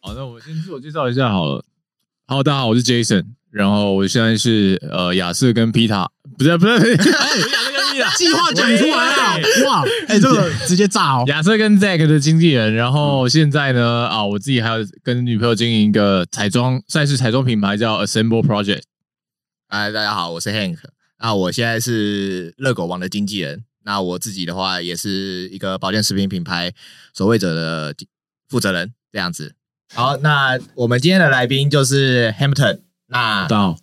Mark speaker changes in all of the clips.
Speaker 1: 好，那我先自我介绍一下好了。Hello，大家好，我是 Jason，然后我现在是呃亚瑟跟皮塔，不是不是，哎亚瑟跟皮塔，
Speaker 2: 计划讲出来 啊
Speaker 1: 喂！
Speaker 2: 哇，哎、这个直接炸哦！
Speaker 1: 亚瑟跟 Zack 的经纪人，然后现在呢啊，我自己还有跟女朋友经营一个彩妆，算是彩妆品牌叫 Assemble Project。
Speaker 3: 哎，大家好，我是 Hank。那我现在是热狗王的经纪人。那我自己的话，也是一个保健食品品牌守卫者的负责人，这样子。好，那我们今天的来宾就是 Hampton。那
Speaker 1: 到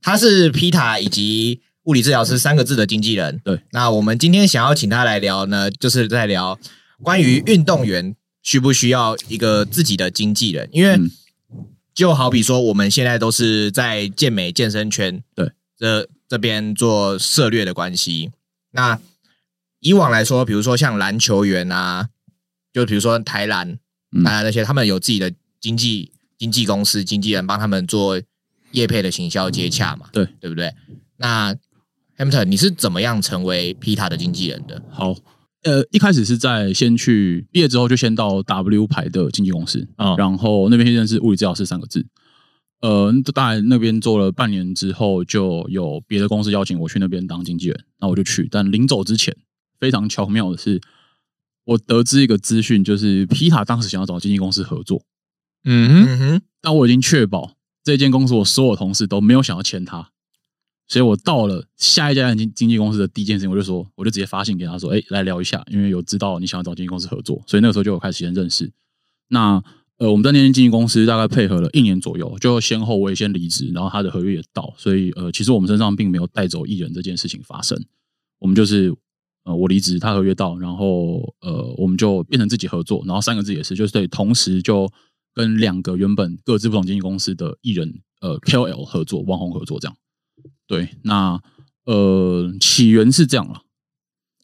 Speaker 3: 他是 Pita 以及物理治疗师三个字的经纪人。
Speaker 1: 对，
Speaker 3: 那我们今天想要请他来聊呢，就是在聊关于运动员需不需要一个自己的经纪人，因为
Speaker 1: 嗯
Speaker 3: 就好比说我们现在都是在健美健身圈
Speaker 1: 对
Speaker 3: 这这边做涉略的关系，那以往来说，比如说像篮球员啊，就比如说台篮、
Speaker 1: 嗯
Speaker 3: 台篮啊那些，他们有自己的经纪经纪公司、经纪人帮他们做业配的行销接洽嘛，
Speaker 1: 对
Speaker 3: 对不对？那 Hamilton，你是怎么样成为 Pita 的经纪人的？
Speaker 4: 好，呃，一开始是在先去毕业之后就先到 W 牌的经纪公司，
Speaker 1: 啊
Speaker 4: 然后那边认识物理治疗师三个字。呃，当然那边做了半年之后，就有别的公司邀请我去那边当经纪人，那我就去。但临走之前，非常巧妙的是，我得知一个资讯，就是皮塔当时想要找经纪公司合作，
Speaker 1: 嗯哼，
Speaker 3: 嗯哼，
Speaker 4: 但我已经确保这间公司我所有同事都没有想要签他，所以我到了下一家经经纪公司的第一件事情，我就说，我就直接发信给他说，哎、来聊一下，因为有知道你想要找经纪公司合作，所以那个时候就有开始先认识。那呃，我们在那间经纪公司大概配合了一年左右，就先后我也先离职，然后他的合约也到，所以呃，其实我们身上并没有带走艺人这件事情发生，我们就是。呃，我离职，他合约到，然后呃，我们就变成自己合作，然后三个字也是，就是对，同时就跟两个原本各自不同经纪公司的艺人呃 KOL 合作、网红合作这样。对，那呃起源是这样了，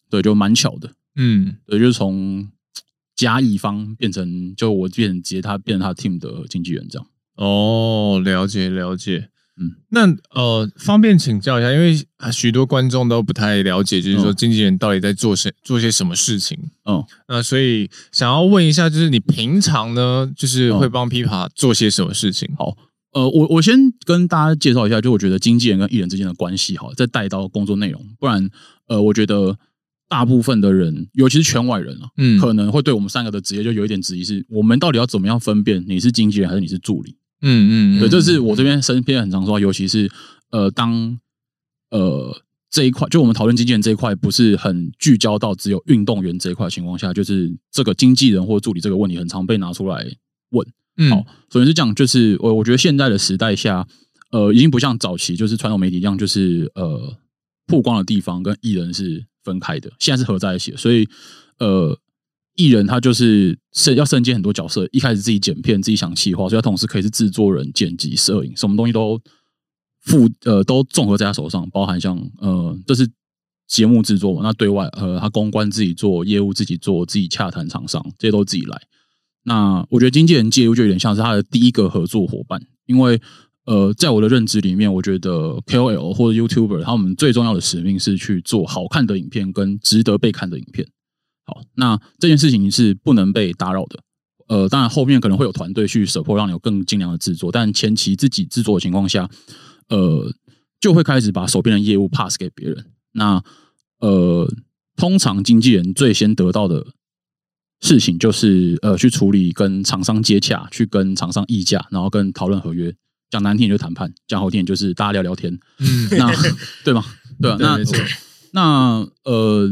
Speaker 4: 对，就蛮巧的，
Speaker 1: 嗯，
Speaker 4: 对，就是从甲乙方变成就我变成直接他变成他 team 的经纪人这样。
Speaker 1: 哦，了解了解。嗯
Speaker 4: 嗯，
Speaker 1: 那呃，方便请教一下，因为啊许多观众都不太了解，就是说
Speaker 4: 嗯
Speaker 1: 经纪人到底在做些做些什么事情。
Speaker 4: 嗯，
Speaker 1: 那所以想要问一下，就是你平常呢，就是
Speaker 4: 嗯
Speaker 1: 会帮琵琶做些什么事情？
Speaker 4: 好，呃，我我先跟大家介绍一下，就我觉得经纪人跟艺人之间的关系，好了，再带到工作内容，不然呃，我觉得大部分的人，尤其是圈外人啊，
Speaker 1: 嗯
Speaker 4: 可能会对我们三个的职业就有一点质疑是，我们到底要怎么样分辨你是经纪人还是你是助理？
Speaker 1: 嗯嗯，嗯
Speaker 4: 对，这是我这边身边很常说，尤其是呃，当呃这一块，就我们讨论经纪人这一块不是很聚焦到只有运动员这一块的情况下，就是这个经纪人或助理这个问题很常被拿出来
Speaker 1: 嗯
Speaker 4: 好，首先是这样，就是我我觉得现在的时代下，呃，已经不像早期就是传统媒体一样，就是呃，曝光的地方跟艺人是分开的，现在是合在一起的，所以呃，艺人他就是是要身兼很多角色，一开始自己剪片，自己想企划，所以他同时可以是制作人、剪辑、摄影，什么东西都负呃都综合在他手上，包含像呃这是。节目制作嘛，那对外呃，他公关自己做，业务自己做，自己洽谈厂商，这些都自己来。那我觉得经纪人介入就有点像是他的第一个合作伙伴，因为呃，在我的认知里面，我觉得 KOL 或者 YouTuber 他们最重要的使命是去做好看的影片跟值得被看的影片。好，那这件事情是不能被打扰的。呃，当然后面可能会有团队去 support 让你有更精良的制作，但前期自己制作的情况下，呃，就会开始把手边的业务 pass 给别人。那呃，通常经纪人最先得到的事情就是呃，去处理跟厂商接洽，去跟厂商议价，然后跟讨论合约。讲难听点就谈判，讲好听点就是大家聊聊天。
Speaker 1: 嗯
Speaker 4: 那 对吗？对啊，
Speaker 1: 对
Speaker 4: 那
Speaker 1: 没错
Speaker 4: 那呃，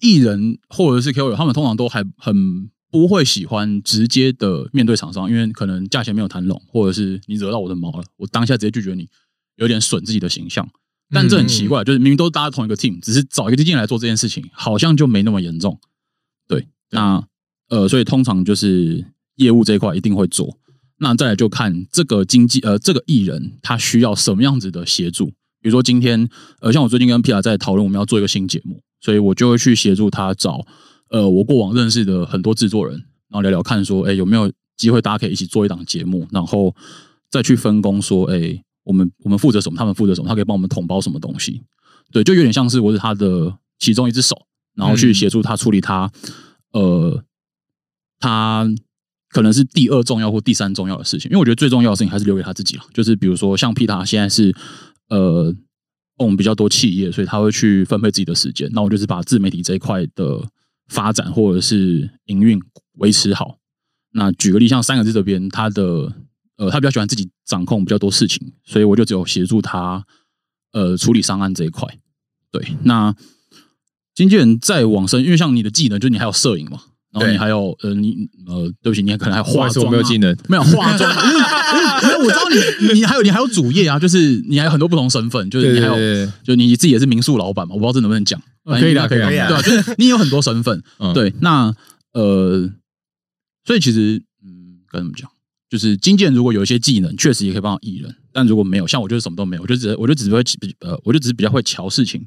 Speaker 4: 艺人或者是 KOL，他们通常都还很不会喜欢直接的面对厂商，因为可能价钱没有谈拢，或者是你惹到我的毛了，我当下直接拒绝你，有点损自己的形象。但这很奇怪，就是明明都是大家同一个 team，只是找一个经纪人来做这件事情，好像就没那么严重。对，那呃，所以通常就是业务这一块一定会做。那再来就看这个经济呃这个艺人他需要什么样子的协助。比如说今天呃，像我最近跟皮亚在讨论我们要做一个新节目，所以我就会去协助他找呃我过往认识的很多制作人，然后聊聊看说，哎有没有机会，大家可以一起做一档节目，然后再去分工说，哎，我们我们负责什么，他们负责什么，他可以帮我们统包什么东西。对，就有点像是我是他的其中一只手，然后去协助他处理他、呃他可能是第二重要或第三重要的事情，因为我觉得最重要的事情还是留给他自己了。就是比如说像皮塔现在是呃我们比较多企业，所以他会去分配自己的时间。那我就是把自媒体这一块的发展或者是营运维持好。那举个例，像三个字这边，他的呃他比较喜欢自己掌控比较多事情，所以我就只有协助他呃处理商案这一块。对，那经纪人再往深，因为像你的技能，就是你还有摄影嘛，然后
Speaker 3: 对
Speaker 4: 你还有呃，你呃，对不起，你可能还有化
Speaker 1: 话
Speaker 4: 妆、
Speaker 1: 说
Speaker 4: 啊，
Speaker 1: 没有技能，
Speaker 4: 没有化 妆、啊，因为因为因为我知道你，你还有你还有主业啊，就是你还有很多不同身份，就是
Speaker 1: 对
Speaker 4: 你
Speaker 1: 对
Speaker 4: 还有，
Speaker 1: 对，
Speaker 4: 就你自己也是民宿老板嘛，我不知道这能不能讲，
Speaker 1: 哦可以啦
Speaker 4: 反正应该
Speaker 1: 可以
Speaker 3: 啦
Speaker 4: 对啊，就是你有很多身份，
Speaker 1: 嗯
Speaker 4: 对，那呃，所以其实嗯，该怎么讲？就是经纪人如果有一些技能，确实也可以帮到艺人，但如果没有，像我就是什么都没有，我就只我就只会比呃，我就只是比较会瞧事情，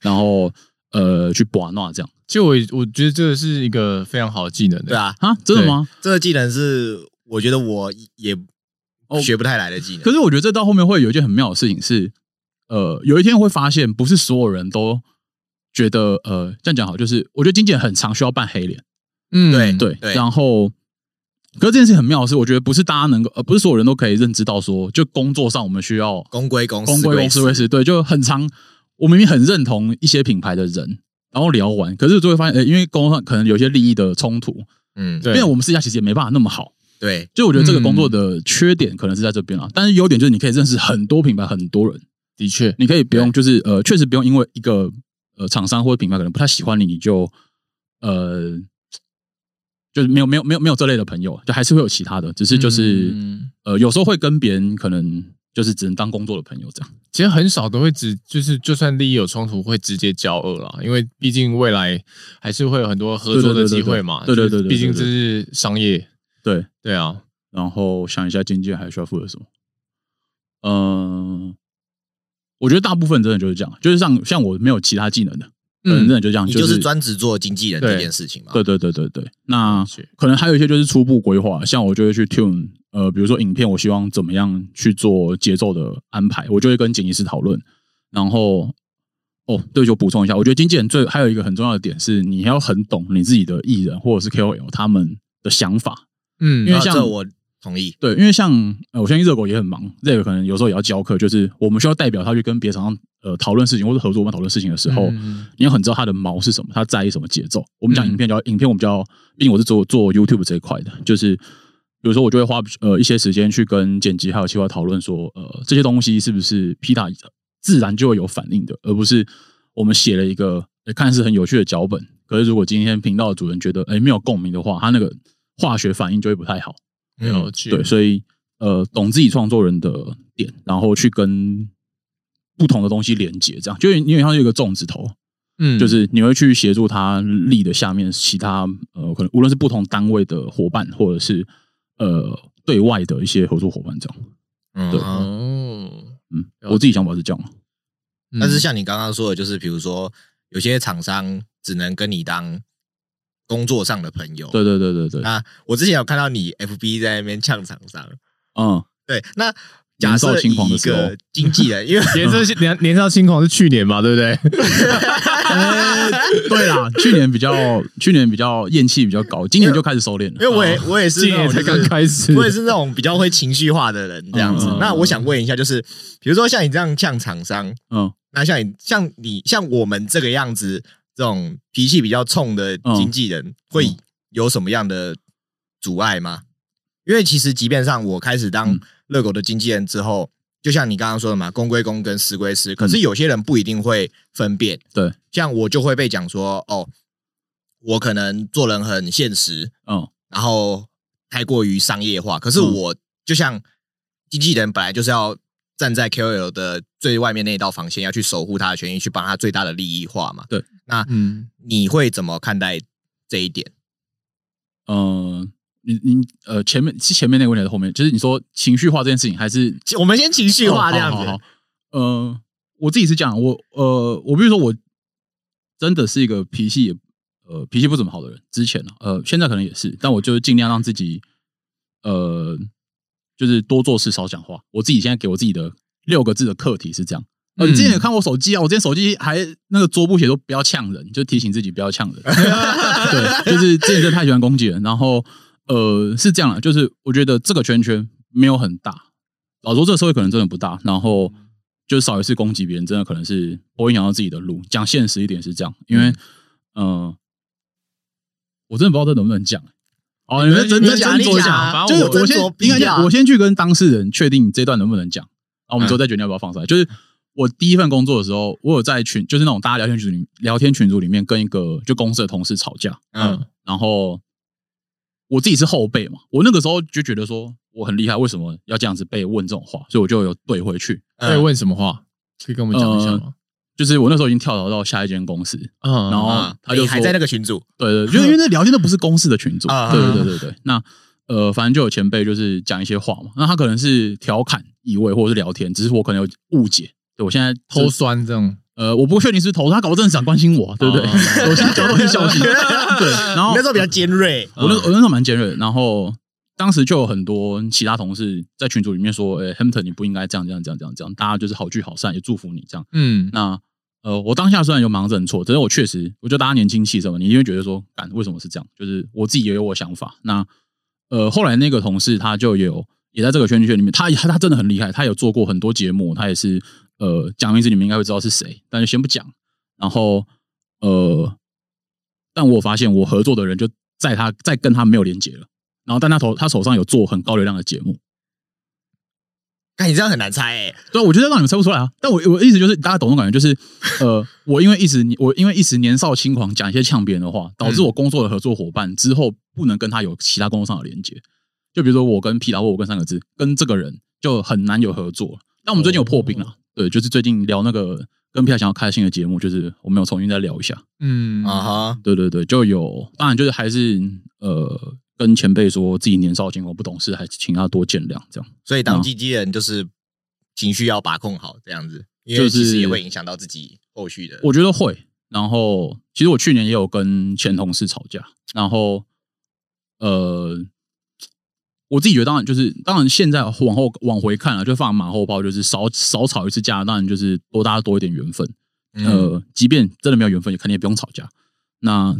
Speaker 4: 然后呃去把闹这样
Speaker 1: 就我我觉得这个是一个非常好的技能
Speaker 3: 对
Speaker 1: 的，
Speaker 3: 啊，
Speaker 4: 啊？真的吗？
Speaker 3: 这个技能是我觉得我也
Speaker 4: 哦
Speaker 3: 学不太来的技能。
Speaker 4: 可是我觉得这到后面会有一件很妙的事情是，呃，有一天会发现，不是所有人都觉得，呃，这样讲好，就是我觉得经纪人很常需要扮黑脸，
Speaker 1: 嗯
Speaker 3: 对
Speaker 4: 对，
Speaker 3: 对
Speaker 4: 然后，可是这件事情很妙的是，我觉得不是大家能够，呃，不是所有人都可以认知到说，就工作上我们需要
Speaker 3: 公归公，
Speaker 4: 公
Speaker 3: 私
Speaker 4: 归公，私归
Speaker 3: 私。
Speaker 4: 私，对，就很常，我明明很认同一些品牌的人。然后聊完，可是就会发现，呃，因为工作上可能有一些利益的冲突，
Speaker 3: 嗯，
Speaker 1: 对
Speaker 4: 因为我们私下其实也没办法那么好，
Speaker 3: 对
Speaker 4: 就我觉得这个
Speaker 3: 嗯
Speaker 4: 工作的缺点可能是在这边啦，但是优点就是你可以认识很多品牌、很多人，
Speaker 1: 的确，
Speaker 4: 你可以不用就是呃，确实不用因为一个呃厂商或者品牌可能不太喜欢你，你就呃就是没有没有没有没有这类的朋友，就还是会有其他的，只是就是、
Speaker 1: 嗯
Speaker 4: 呃有时候会跟别人可能就是只能当工作的朋友这样。
Speaker 1: 其实很少都会直，就是就算利益有冲突，会直接交恶啦，因为毕竟未来还是会有很多合作的机会嘛。
Speaker 4: 对对对对对对对对
Speaker 1: 毕竟这是商业，
Speaker 4: 对，
Speaker 1: 对啊，
Speaker 4: 然后想一下经纪人还需要负责什么。嗯、我觉得大部分真的就是这样，就是像像我没有其他技能的，可能真的就这样，
Speaker 3: 嗯你就是专职做经纪人这件事情嘛。
Speaker 4: 对对对对对，那
Speaker 1: 了解
Speaker 4: 可能还有一些就是初步规划，像我就会去 tune，呃，比如说影片，我希望怎么样去做节奏的安排，我就会跟剪辑师讨论。然后，哦，对，就补充一下，我觉得经纪人最还有一个很重要的点是，你要很懂你自己的艺人或者是 KOL 他们的想法。
Speaker 1: 嗯
Speaker 4: 因为
Speaker 3: 啊
Speaker 4: 像
Speaker 3: 这我同意。
Speaker 4: 对，因为像、呃我相信热狗也很忙，热狗可能有时候也要教课，就是我们需要代表他去跟别的厂商呃讨论事情或者合作伙伴讨论事情的时候，
Speaker 1: 嗯
Speaker 4: 你要很知道他的毛是什么，他在意什么节奏。我们讲
Speaker 1: 嗯
Speaker 4: 影片就要，影片我们就要，毕竟我是做做 YouTube 这一块的，就是比如说我就会花呃一些时间去跟剪辑还有企划讨论说，呃这些东西是不是 Pita 自然就会有反应的，而不是我们写了一个、呃看似很有趣的脚本，可是如果今天频道的主人觉得哎没有共鸣的话，他那个化学反应就会不太好。
Speaker 1: 了
Speaker 3: 嗯
Speaker 1: 解，
Speaker 4: 对，所以呃，懂自己创作人的点，然后去跟不同的东西连接，这样就有因为像有一个粽子头，
Speaker 1: 嗯
Speaker 4: 就是你会去协助他立的下面其他呃，可能无论是不同单位的伙伴，或者是呃对外的一些合作伙伴，这样。
Speaker 3: 嗯
Speaker 4: 对
Speaker 3: 啊
Speaker 1: 哦，
Speaker 4: 嗯，
Speaker 1: 了解
Speaker 4: 我自己想法是这样。
Speaker 1: 嗯
Speaker 3: 但是像你刚刚说的，就是比如说有些厂商只能跟你当工作上的朋友。
Speaker 4: 对对对对对，
Speaker 3: 啊，我之前有看到你 FB 在那边呛厂商。
Speaker 4: 嗯，
Speaker 3: 对，那假设
Speaker 4: 年少轻狂
Speaker 3: 以
Speaker 4: 的
Speaker 3: 一
Speaker 4: 时候
Speaker 3: 个经纪人， 因为
Speaker 1: 年少轻年年少轻狂是去年嘛，对不对？
Speaker 4: 对啦，去年比较去年比较厌气比较高，今年就开始收敛
Speaker 3: 因
Speaker 4: 了。
Speaker 3: 为我也
Speaker 4: 哦
Speaker 3: 我也是
Speaker 1: 今
Speaker 3: 那
Speaker 1: 年
Speaker 3: 种
Speaker 1: 才
Speaker 3: 就
Speaker 1: 刚
Speaker 3: 是
Speaker 1: 开始，
Speaker 3: 我也是那种比较会情绪化的人，这样子
Speaker 4: 嗯嗯嗯。
Speaker 3: 那我想问一下，就是比如说像你这样呛厂商，
Speaker 4: 嗯
Speaker 3: 那像你像你像我们这个样子，这种脾气比较冲的
Speaker 4: 嗯
Speaker 3: 经纪人，会有什么样的阻碍吗？因为其实即便上我开始当
Speaker 4: 嗯
Speaker 3: 热狗的经纪人之后，就像你刚刚说的嘛，公归公跟私归私，可是有些人不一定会分辨。
Speaker 4: 嗯对，
Speaker 3: 像我就会被讲说，哦，我可能做人很现实，
Speaker 4: 嗯
Speaker 3: 然后太过于商业化。可是
Speaker 4: 嗯
Speaker 3: 我、就像经纪人，本来就是要站在 KOL 的最外面那一道防线，要去守护他的权益，去帮他最大的利益化嘛。
Speaker 4: 对，
Speaker 3: 那
Speaker 1: 嗯，
Speaker 3: 你会怎么看待这一点？
Speaker 4: 呃，你你呃前面是前面那个问题还是后面？就是你说情绪化这件事情，还是
Speaker 3: 其我们先情绪化这样子，
Speaker 4: 哦好好好呃，我自己是这样，我呃，我比如说我真的是一个脾气也呃脾气不怎么好的人，之前啊呃，现在可能也是，但我就是尽量让自己呃，就是多做事少讲话。我自己现在给我自己的六个字的课题是这样。呃，你之前也看我手机啊，我之前手机还那个桌布写说不要呛人，就提醒自己不要呛 人。对，就是之前真的太喜欢攻击人，然后呃是这样了，就是我觉得这个圈圈没有很大，老实说这个社会可能真的不大，然后
Speaker 3: 嗯
Speaker 4: 就少一次攻击别人，真的可能是不会影响到自己的路。讲现实一点是这样，因为嗯、呃我真的不知道这能不能讲。哦，你们真
Speaker 3: 你
Speaker 4: 真
Speaker 3: 讲
Speaker 4: 斟
Speaker 3: 你
Speaker 4: 酌一
Speaker 3: 讲
Speaker 4: 下，
Speaker 3: 啊
Speaker 4: 就是
Speaker 3: 反正
Speaker 4: 我
Speaker 3: 我斟酌
Speaker 4: 先
Speaker 3: 比
Speaker 4: 应该
Speaker 3: 较
Speaker 4: 讲，我先去跟当事人确定这段能不能讲，然后我们
Speaker 3: 嗯
Speaker 4: 之后再决定要不要放出来。就是我第一份工作的时候，我有在群，就是那种大家聊天群里聊天群组里面跟一个就公司的同事吵架，
Speaker 3: 嗯
Speaker 4: 然后我自己是后辈嘛，我那个时候就觉得说我很厉害，为什么要这样子被问这种话？所以我就有怼回去，
Speaker 3: 嗯
Speaker 1: 在问什么话？可以跟我们讲一下吗？
Speaker 4: 就是我那时候已经跳槽到下一间公司，
Speaker 1: 嗯，
Speaker 4: 然后
Speaker 3: 啊，
Speaker 4: 哦他就
Speaker 3: 你还
Speaker 4: 说
Speaker 3: 在那个群 组，
Speaker 4: 对对，就是因为那聊天都不是公司的群组，
Speaker 3: 啊
Speaker 4: 对对对对对。那呃，反正就有前辈就是讲一些话嘛，那他可能是调侃意味或者是聊天，只是我可能有误解。对我现在
Speaker 1: 偷酸这种，
Speaker 4: 呃，我不确定是投他搞不好真的想关心我，啊对不对？
Speaker 1: 哦
Speaker 4: 我现在角度 很小心。对，然后
Speaker 3: 你那时候比较尖锐，
Speaker 4: 我那我那时候蛮尖锐的，然后当时就有很多其他同事在群组里面说：“诶 h a m p t o n 你不应该这样这样这样这样这样。”大家就是好聚好散，也祝福你这样。
Speaker 1: 嗯，
Speaker 4: 那呃，我当下虽然有忙着很错，只是我确实，我觉得大家年轻气盛嘛，你一定会觉得说，干为什么是这样？就是我自己也有我想法。那呃，后来那个同事他就有也在这个圈圈里面，他他他真的很厉害，他有做过很多节目，他也是呃讲名字你们应该会知道是谁，但是先不讲。然后呃，但我有发现我合作的人就在他在跟他没有连接了，然后但他头他手上有做很高流量的节目，
Speaker 3: 看你这样很难猜哎，
Speaker 4: 对啊，我觉得让你们猜不出来啊。但我我的意思就是，大家懂那种感觉，就是呃，我因为一时我因为一时年少轻狂，讲一些呛别人的话，导致我工作的合作伙伴之后不能跟他有其他工作上的连接。就比如说我跟皮达或我跟三个字跟这个人就很难有合作。但我们最近有破冰了，对，就是最近聊那个跟皮达想要开新的节目，就是我们有重新再聊一下。
Speaker 1: 嗯
Speaker 3: 啊哈，
Speaker 4: 对对对，就有，当然就是还是呃。跟前辈说自己年少轻狂不懂事，还请他多见谅，这样。
Speaker 3: 所以当
Speaker 4: 嗯
Speaker 3: 机机人就是情绪要把控好，这样子，因
Speaker 4: 就
Speaker 3: 为
Speaker 4: 是
Speaker 3: 其实也会影响到自己后续的。
Speaker 4: 我觉得会。然后，其实我去年也有跟前同事吵架，然后，呃，我自己觉得当然就是，当然现在往后往回看啊，就放马后炮，就是少少吵一次架，当然就是多大家多一点缘分。
Speaker 3: 嗯
Speaker 4: 呃，即便真的没有缘分，也肯定也不用吵架。那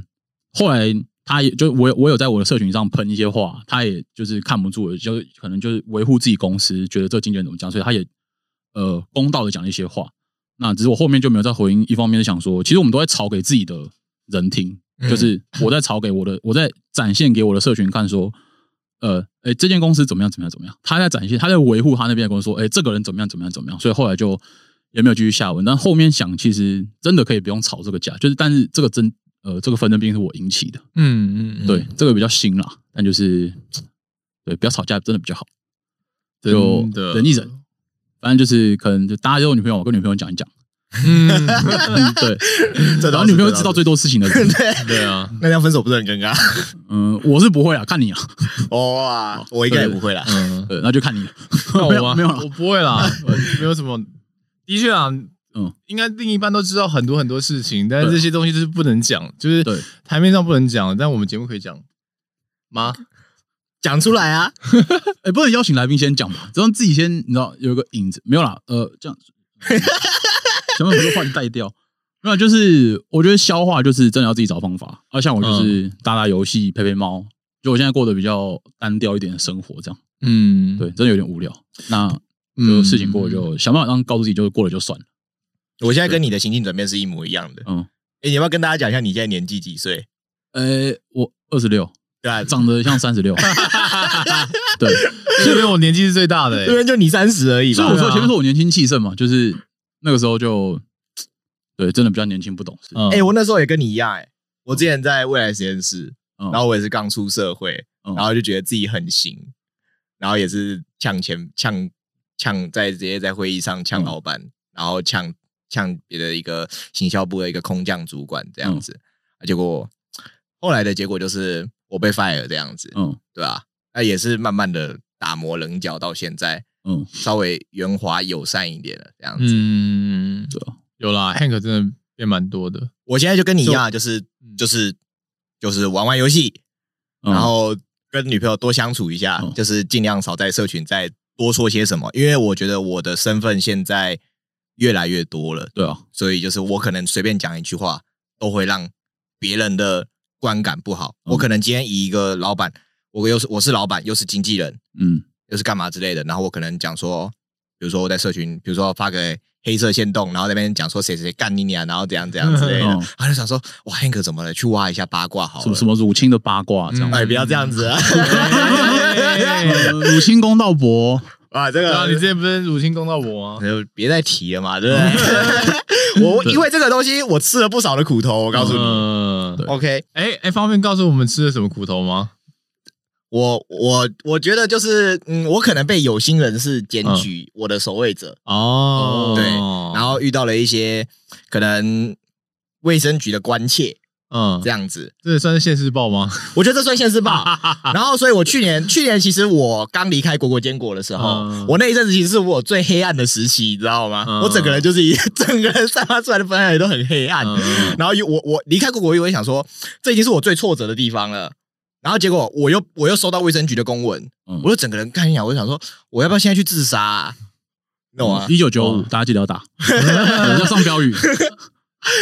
Speaker 4: 后来他也就我有我有在我的社群上喷一些话，他也就是看不住了，就是可能就是维护自己公司，觉得这经纪人怎么讲，所以他也呃公道的讲了一些话。那只是我后面就没有再回应，一方面是想说，其实我们都在吵给自己的人听，
Speaker 3: 嗯
Speaker 4: 就是我在吵给我的，我在展现给我的社群看说。呃，哎、这间公司怎么样？怎么样？怎么样？他在展现，他在维护他那边的公司，说，哎、这个人怎么样？怎么样？怎么样？所以后来就也没有继续下文。但后面想，其实真的可以不用吵这个架，就是但是这个争，呃，这个纷争毕竟是我引起的，
Speaker 1: 嗯嗯，
Speaker 4: 对，这个比较新啦。但就是对，不要吵架，真的比较好，就
Speaker 1: 真的
Speaker 4: 忍一忍。反正就是可能就大家都有女朋友，我跟女朋友讲一讲，
Speaker 1: 嗯，
Speaker 4: 嗯，对，
Speaker 3: 这
Speaker 4: 然
Speaker 3: 倒
Speaker 4: 后
Speaker 3: 是
Speaker 4: 女朋友
Speaker 3: 这倒
Speaker 4: 知道
Speaker 3: 是
Speaker 4: 最多事情的人，
Speaker 1: 对啊，
Speaker 3: 那这样分手不是很尴尬？
Speaker 4: 嗯，我是不会啊，看你啊，
Speaker 3: 哦哇，我应该也不会啦。
Speaker 1: 嗯，
Speaker 4: 对，那就看你了，
Speaker 1: 那我
Speaker 4: 没
Speaker 1: 啊
Speaker 4: 有
Speaker 1: 吗
Speaker 4: 没有
Speaker 1: 我
Speaker 4: 了，
Speaker 1: 不会 啦，我没有什么，的确啊，嗯
Speaker 4: 嗯，
Speaker 1: 应该另一半都知道很多很多事情，但是
Speaker 4: 对
Speaker 1: 这些东西就是不能讲，就是
Speaker 4: 对
Speaker 1: 台面上不能讲，但我们节目可以讲吗？
Speaker 3: 讲出来啊，
Speaker 4: 哎，不能邀请来宾先讲嘛，只能自己先，你知道有个影子，没有啦，呃，这样， 想办法就换代掉。没有，就是我觉得消化就是真的要自己找方法。啊，像
Speaker 1: 嗯
Speaker 4: 我就是打打游戏、陪陪猫，就我现在过得比较单调一点的生活，这样
Speaker 1: 嗯，
Speaker 4: 对，真的有点无聊。那就
Speaker 1: 嗯
Speaker 4: 事情过了就想办法让告诉自己，就是过了就算了。
Speaker 3: 我现在跟你的心境转变是一模一样的。
Speaker 4: 嗯，
Speaker 3: 哎，你要不要跟大家讲一下你现在年纪几岁？
Speaker 4: 呃，我二十六，
Speaker 3: 对啊，
Speaker 4: 长得像三十六， 对，
Speaker 1: 这边我年纪是最大的欸，
Speaker 3: 这边就你三十而已啊
Speaker 4: 所以
Speaker 3: 吧
Speaker 4: 我。
Speaker 1: 啊
Speaker 4: 说前面说我年轻气盛嘛，就是那个时候就对，真的比较年轻不懂事。
Speaker 1: 嗯
Speaker 3: 哎，我那时候也跟你一样哎，我之前在未来实验室，
Speaker 4: 嗯
Speaker 3: 然后我也是刚出社会，
Speaker 4: 嗯
Speaker 3: 然后就觉得自己很行，然后也是呛前呛呛在直接在会议上呛
Speaker 4: 嗯
Speaker 3: 老板，然后呛呛别的一个行销部的一个空降主管这样
Speaker 4: 嗯
Speaker 3: 子，啊结果后来的结果就是我被 fire 这样子，
Speaker 4: 嗯
Speaker 3: 对吧、那也是慢慢的打磨棱角，到现在
Speaker 4: 嗯，
Speaker 3: 稍微圆滑友善一点了这样子。
Speaker 1: 嗯，
Speaker 4: 对啊
Speaker 1: 有啦，Hank 真的变蛮多 的，
Speaker 3: 啊我现在就跟你一样，就是
Speaker 1: 嗯
Speaker 3: 就是就是玩玩游戏，然后跟女朋友多相处一下，
Speaker 4: 嗯
Speaker 3: 就是尽量少在社群再多说些什么，因为我觉得我的身份现在越来越多了，
Speaker 4: 对啊，
Speaker 3: 所以就是我可能随便讲一句话，都会让别人的观感不好。
Speaker 4: 嗯
Speaker 3: 我可能今天以一个老板，我又是我是老板，又是经纪人，
Speaker 4: 嗯
Speaker 3: 又是干嘛之类的，然后我可能讲说，比如说我在社群，比如说发个黑色线动，然后在那边讲说谁谁谁干你娘，然后怎样怎样之类的，
Speaker 4: 嗯
Speaker 3: 然后就想说，哇，Hank 怎么了？去挖一下八卦好了，
Speaker 4: 什么什么乳清的八卦这样
Speaker 1: 嗯
Speaker 3: 哎，不要这样子啊！
Speaker 1: 哎
Speaker 2: 呃乳清公道伯，
Speaker 3: 啊，这
Speaker 1: 对啊，你之
Speaker 3: 个
Speaker 1: 前不是乳清公道我吗？
Speaker 3: 就别再提了嘛，对不对？ 我因为这个东西，我吃了不少的苦头，我告诉你。
Speaker 1: 嗯
Speaker 4: 对
Speaker 3: OK，
Speaker 1: 哎哎，方便告诉我们吃了什么苦头吗？
Speaker 3: 我我我觉得就是，嗯，我可能被有心人士检举我的守卫者，
Speaker 1: 嗯哦，
Speaker 3: 对，然后遇到了一些可能卫生局的关切，
Speaker 1: 嗯
Speaker 3: 这，样子，
Speaker 1: 这也算是现世报吗？
Speaker 3: 我觉得这算现世报。 然后，所以我去年去年其实我刚离开国国坚果的时候，
Speaker 1: 嗯
Speaker 3: 我那一阵子其实是我最黑暗的时期，你知道吗？
Speaker 1: 嗯
Speaker 3: 我整个人就是一 整个人散发出来的氛围都很黑暗。
Speaker 1: 嗯
Speaker 3: 然后有我我离开国国，我也想说这已经是我最挫折的地方了。然后结果我又我又收到卫生局的公文，
Speaker 4: 嗯
Speaker 3: 我就整个人干一下，我就想说我要不要现在去自杀、啊？你懂吗？
Speaker 4: 一九九五，
Speaker 1: 哦
Speaker 4: 嗯大家记得要打， 我要上标 语，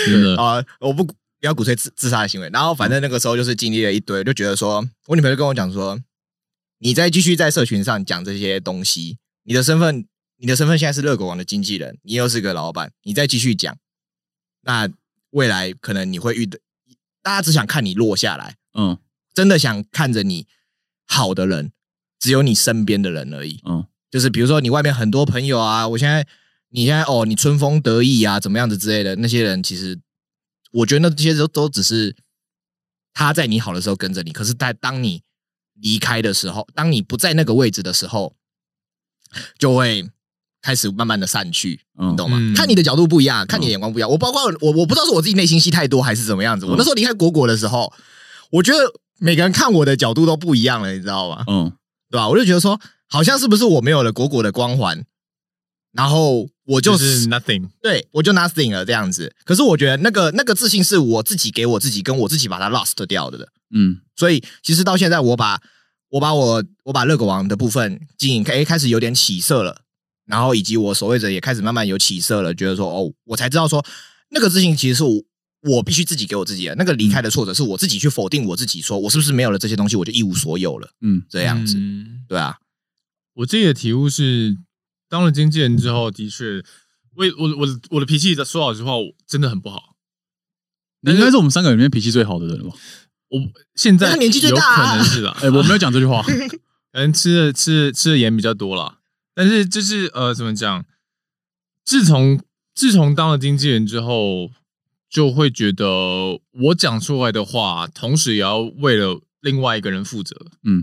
Speaker 4: 真的，
Speaker 3: 啊、我不鼓不要鼓吹自自杀的行为。然后反正那个时候就是经历了一堆，就觉得说我女朋友就跟我讲说，你再继续在社群上讲这些东西，你的身份，你的身份现在是热狗网的经纪人，你又是个老板，你再继续讲，那未来可能你会遇到，大家只想看你落下来，
Speaker 4: 嗯
Speaker 3: 真的想看着你好的人，只有你身边的人而已。
Speaker 4: 嗯
Speaker 3: 就是比如说你外面很多朋友啊，我现在你现在哦，你春风得意啊，怎么样子之类的，那些人其实我觉得那些都都只是他在你好的时候跟着你，可是在当你离开的时候，当你不在那个位置的时候，就会开始慢慢的散去，
Speaker 4: 嗯
Speaker 3: 你懂吗？
Speaker 1: 嗯
Speaker 3: 看你的角度不一样，看你的眼光不一样。我包括我，我不知道是我自己内心戏太多还是怎么样
Speaker 1: 哦
Speaker 3: 子。我那时候离开果果的时候，我觉得每个人看我的角度都不一样了，你知道吗？
Speaker 4: 嗯
Speaker 3: 对吧、我就觉得说，好像是不是我没有了果果的光环，然后我就、
Speaker 1: 就是是 nothing，
Speaker 3: 对我就 nothing 了这样子。可是我觉得那个那个自信是我自己给我自己，跟我自己把它 lost 掉的的。
Speaker 4: 嗯
Speaker 3: 所以其实到现在，我把我把我我把热狗王的部分经营，哎，开始有点起色了。然后以及我所谓者也开始慢慢有起色了，觉得说哦，我才知道说那个自信其实是我我必须自己给我自己的那个离开的挫折，是我自己去否定我自己，说我是不是没有了这些东西我就一无所有了
Speaker 4: 嗯
Speaker 3: 这样子，
Speaker 1: 嗯
Speaker 3: 对啊，
Speaker 1: 我自己的体悟是，当了经纪人之后，的确，我也我我的我的脾气，说老实话，我真的很不好。
Speaker 4: 你应该是我们三个里面脾气最好的人了吧？
Speaker 1: 我现在
Speaker 3: 那年纪最
Speaker 1: 有
Speaker 3: 大啊
Speaker 1: 可能 是啦，
Speaker 4: 哎，我没有讲这句 话，
Speaker 1: 可能吃的吃的吃的盐比较多啦。但是就是呃，怎么讲？自从自从当了经纪人之后，就会觉得我讲出来的话，同时也要为了另外一个人负责。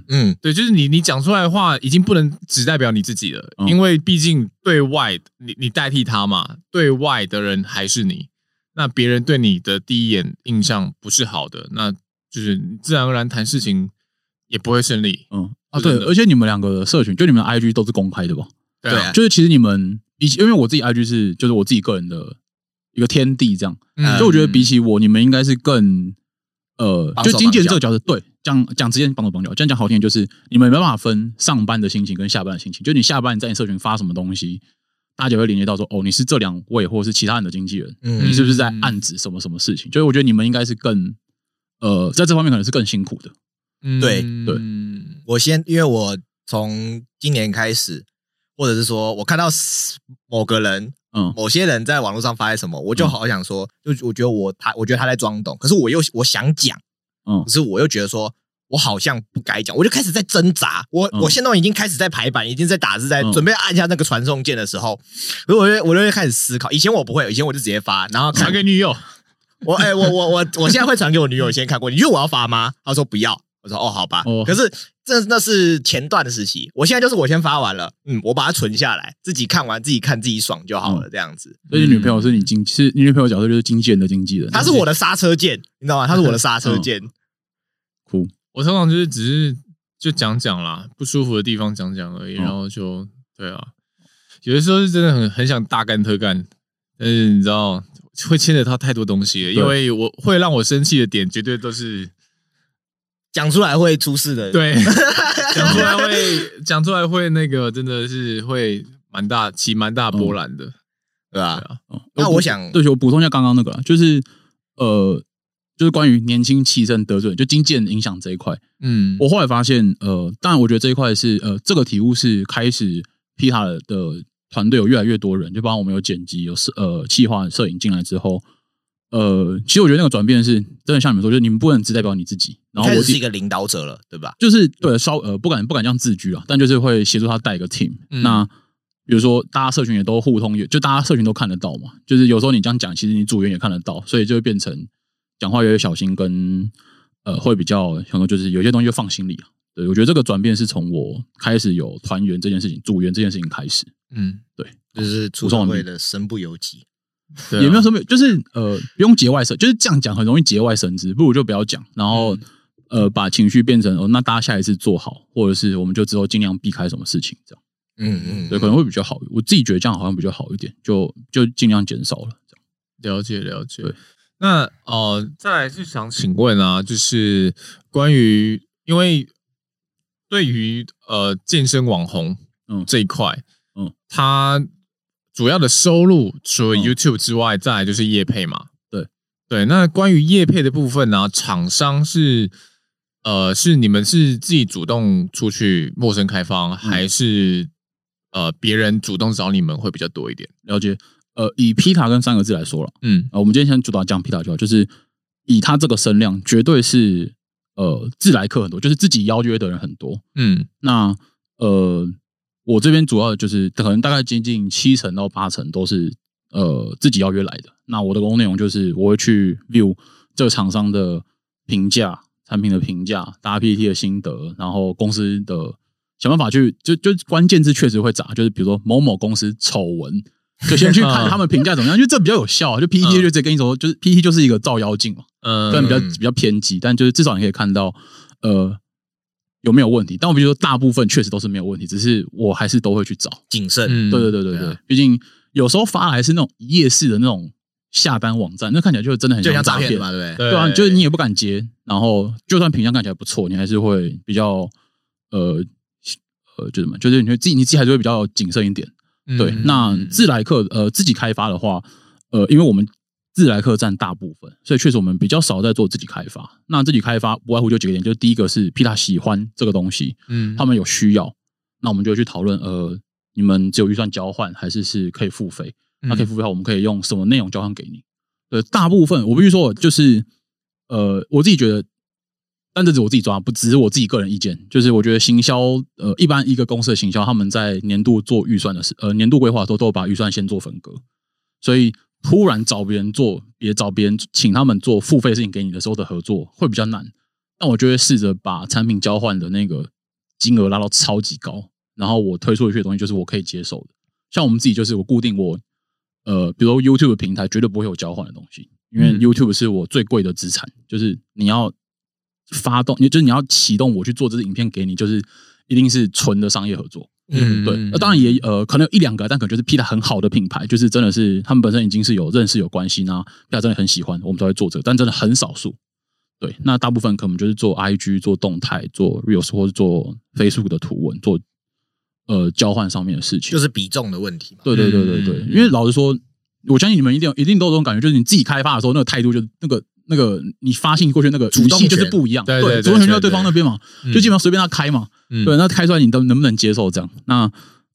Speaker 3: 嗯，
Speaker 1: 对，就是你你讲出来的话，已经不能只代表你自己了，
Speaker 4: 嗯
Speaker 1: 因为毕竟对外你你代替他嘛，对外的人还是你，那别人对你的第一眼印象不是好的，那就是你自然而然谈事情也不会顺利。
Speaker 4: 嗯啊
Speaker 1: 是真
Speaker 4: 对，
Speaker 1: 的
Speaker 4: 而且你们两个的社群，就你们的 IG 都是公开的吧？
Speaker 1: 对
Speaker 3: 对啊
Speaker 4: 就是其实你们比起，因为我自己 IG 是就是我自己个人的一个天地这样，
Speaker 1: 嗯
Speaker 4: 所以我觉得比起我，你们应该是更呃，
Speaker 3: 绑手
Speaker 4: 就经纪人
Speaker 3: 绑脚
Speaker 4: 这个角色，对，讲讲直接帮手帮脚，这样讲好听点就是你们没办法分上班的心情跟下班的心情，就你下班你在你社群发什么东西，大家会连接到说哦，你是这两位或者是其他人的经纪人，
Speaker 3: 嗯
Speaker 4: 你是不是在
Speaker 1: 嗯
Speaker 4: 暗指什么什么事情？所以我觉得你们应该是更呃，在这方面可能是更辛苦的，
Speaker 1: 嗯
Speaker 3: 对
Speaker 4: 对
Speaker 1: 嗯
Speaker 3: 我先，因为我从今年开始，或者是说我看到是某个人、
Speaker 4: 嗯
Speaker 3: 某些人在网络上发些什么，我就好想说，就我觉得我他，我觉得他在装懂，可是我又我想讲，
Speaker 4: 嗯
Speaker 3: 可是我又觉得说。我好像不该讲，我就开始在挣扎。我、
Speaker 4: 嗯
Speaker 3: 我现在已经开始在排版，已经在打字，在
Speaker 4: 嗯
Speaker 3: 准备按下那个传送键的时候，所以我就我就会开始思考。以前我不会，以前我就直接发，然后看
Speaker 1: 传给女友，
Speaker 3: 我哎、我我我我现在会传给我女友先看过，你觉得我要发吗？她说不要，我说哦好吧。
Speaker 4: 哦
Speaker 3: 可是这那是前段的时期，我现在就是我先发完了，嗯，我把它存下来，自己看完自己看自己爽就好
Speaker 4: 嗯
Speaker 3: 了，这样子。
Speaker 4: 所以你女朋友是你经是你女朋友的角色就是经纪人的经纪人，
Speaker 3: 嗯她是我的刹车键，你知道吗？她是我的刹
Speaker 4: 嗯
Speaker 3: 车键。
Speaker 4: 哭，
Speaker 1: 我通常就是只是就讲讲啦，不舒服的地方讲讲而已，
Speaker 4: 嗯
Speaker 1: 然后就对啊，有的时候是真的很很想大干特干，但是你知道会牵扯到太多东西了，因为我会让我生气的点绝对都是
Speaker 3: 讲出来会出事的。，
Speaker 1: 对，讲出来会讲出来会那个真的是会蛮大起蛮大波澜的，
Speaker 3: 对吧？
Speaker 4: 哦
Speaker 3: 那
Speaker 4: 补
Speaker 3: 我想
Speaker 4: 对不起，我补充一下刚刚那个啦，就是呃，就是关于年轻气盛得罪人，就经纪人影响这一块，
Speaker 1: 嗯，
Speaker 4: 我后来发现，呃，当然我觉得这一块是呃，这个体悟是开始 p 塔的团队有越来越多人，就包括我们有剪辑、有摄呃企划、摄影进来之后，呃，其实我觉得那个转变是真的像你们说，就是你们不能只代表你自己，然后
Speaker 3: 开
Speaker 4: 我
Speaker 3: 始
Speaker 4: 自
Speaker 3: 是一
Speaker 4: 己。
Speaker 3: 个领导者了，对吧？
Speaker 4: 就是对稍呃不敢不敢这样自居啊，但就是会协助他带一个 team、
Speaker 1: 嗯
Speaker 4: 那比如说大家社群也都互通，就大家社群都看得到嘛。就是有时候你这样讲，其实你组员也看得到，所以就会变成讲话越来越小心跟，呃会比较想说就是有些东西就放心里啊。对我觉得这个转变是从我开始有团员这件事情、组员这件事情开始，
Speaker 1: 嗯，
Speaker 4: 哦
Speaker 3: 就是出社会的身不由己。
Speaker 1: 对啊
Speaker 4: 也没有什么，就是呃不用节外生，就是这样讲很容易节外生枝，不如就不要讲，然后。
Speaker 1: 嗯
Speaker 4: 呃，把情绪变成哦，那大家下一次做好，或者是我们就之后尽量避开什么事情这样。
Speaker 3: 嗯
Speaker 4: 对，可能会比较好。我自己觉得这样好像比较好一点，就就尽量减少了。
Speaker 1: 了解了解
Speaker 4: 对。
Speaker 1: 那呃，再来是想请问啊，就是关于因为对于呃健身网红
Speaker 4: 嗯
Speaker 1: 这一块，
Speaker 4: 嗯，
Speaker 1: 它主要的收入除了
Speaker 4: 嗯
Speaker 1: YouTube 之外，再来就是业配嘛。
Speaker 4: 对
Speaker 1: 对，那关于业配的部分呢、厂商是呃是你们是自己主动出去陌生开发，
Speaker 4: 嗯
Speaker 1: 还是呃别人主动找你们会比较多一点？
Speaker 4: 了解。呃，以皮塔跟三个字来说了，
Speaker 1: 嗯
Speaker 4: 呃，我们今天先主打讲皮塔就好，就是以他这个声量，绝对是呃自来客很多，就是自己邀约的人很多。
Speaker 1: 嗯
Speaker 4: 那呃，我这边主要就是可能大概接近七成到八成都是呃自己邀约来的。那我的工作内容就是我会去 view 这个厂商的评价、产品的评价、搭 PPT 的心得，然后公司的想办法去就就关键字确实会砸，就是比如说某某公司丑闻。就先去看他们评价怎么样，因为这比较有效、啊。就 PPT 就直接跟你说，就是 PPT 就是一个照妖镜嘛，
Speaker 1: 嗯，
Speaker 4: 虽然比较比较偏激，但就是至少你可以看到，呃，有没有问题。但我比如说，大部分确实都是没有问题，只是我还是都会去找。
Speaker 3: 谨慎。
Speaker 1: 嗯
Speaker 4: 对对对对
Speaker 3: 对
Speaker 4: 对
Speaker 3: 啊，
Speaker 4: 毕竟有时候发来是那种一页式的那种下单网站，那看起来就真的很
Speaker 3: 就像
Speaker 4: 诈
Speaker 3: 诈骗
Speaker 4: 骗
Speaker 3: 的嘛，对不对？
Speaker 1: 对
Speaker 4: 对啊，就是你也不敢接，然后就算品相看起来不错，你还是会比较呃呃，就什么，就是你会自己你自己还是会比较谨慎一点。对，
Speaker 1: 嗯
Speaker 4: 那
Speaker 1: 嗯
Speaker 4: 自来客呃自己开发的话，呃，因为我们自来客占大部分，所以确实我们比较少在做自己开发。那自己开发不外乎就几个点，就是第一个是皮塔喜欢这个东西，
Speaker 1: 嗯
Speaker 4: 他们有需要，那我们就会去讨论呃，你们只有预算交换，还是是可以付费？
Speaker 1: 嗯
Speaker 4: 那可以付费的话，我们可以用什么内容交换给你？呃，大部分我必须说，就是呃，我自己觉得，但这只是我自己抓，不只是我自己个人意见。就是我觉得行销，呃，一般一个公司的行销，他们在年度做预算的时，呃，年度规划的时候，都有把预算先做分割。所以突然找别人做，也找别人请他们做付费事情给你的时候的合作会比较难。但我就会试着把产品交换的那个金额拉到超级高，然后我推出去的东西就是我可以接受的。像我们自己就是我固定我呃，比如说 YouTube 平台绝对不会有交换的东西，因为
Speaker 1: 嗯
Speaker 4: YouTube 是我最贵的资产，就是你要发动，你就是你要启动我去做这支影片给你，就是一定是纯的商业合作。
Speaker 1: 嗯
Speaker 4: 对，那当然也呃，可能有一两个，但可能就是 P 的很好的品牌，就是真的是他们本身已经是有认识、有关系呢，P 真的很喜欢，我们才会做这个，但真的很少数。对，那大部分可能就是做 IG、做动态、做 Reels 或是做 Facebook 的图文，做呃交换上面的事情，
Speaker 3: 就是比重的问题嘛。
Speaker 4: 对对对对对，
Speaker 1: 嗯
Speaker 4: 因为老实说，我相信你们一定有一定都有这种感觉，就是你自己开发的时候，那个态度就那个那个你发信过去那个
Speaker 3: 主动
Speaker 4: 语气就是
Speaker 3: 权
Speaker 4: 不一样，
Speaker 1: 对对对
Speaker 4: 主动权就在
Speaker 1: 对
Speaker 4: 对
Speaker 1: 对
Speaker 4: 方那边嘛，
Speaker 1: 嗯
Speaker 4: 就基本上随便他开嘛，
Speaker 1: 嗯
Speaker 4: 对，那开出来你都能不能接受这样？那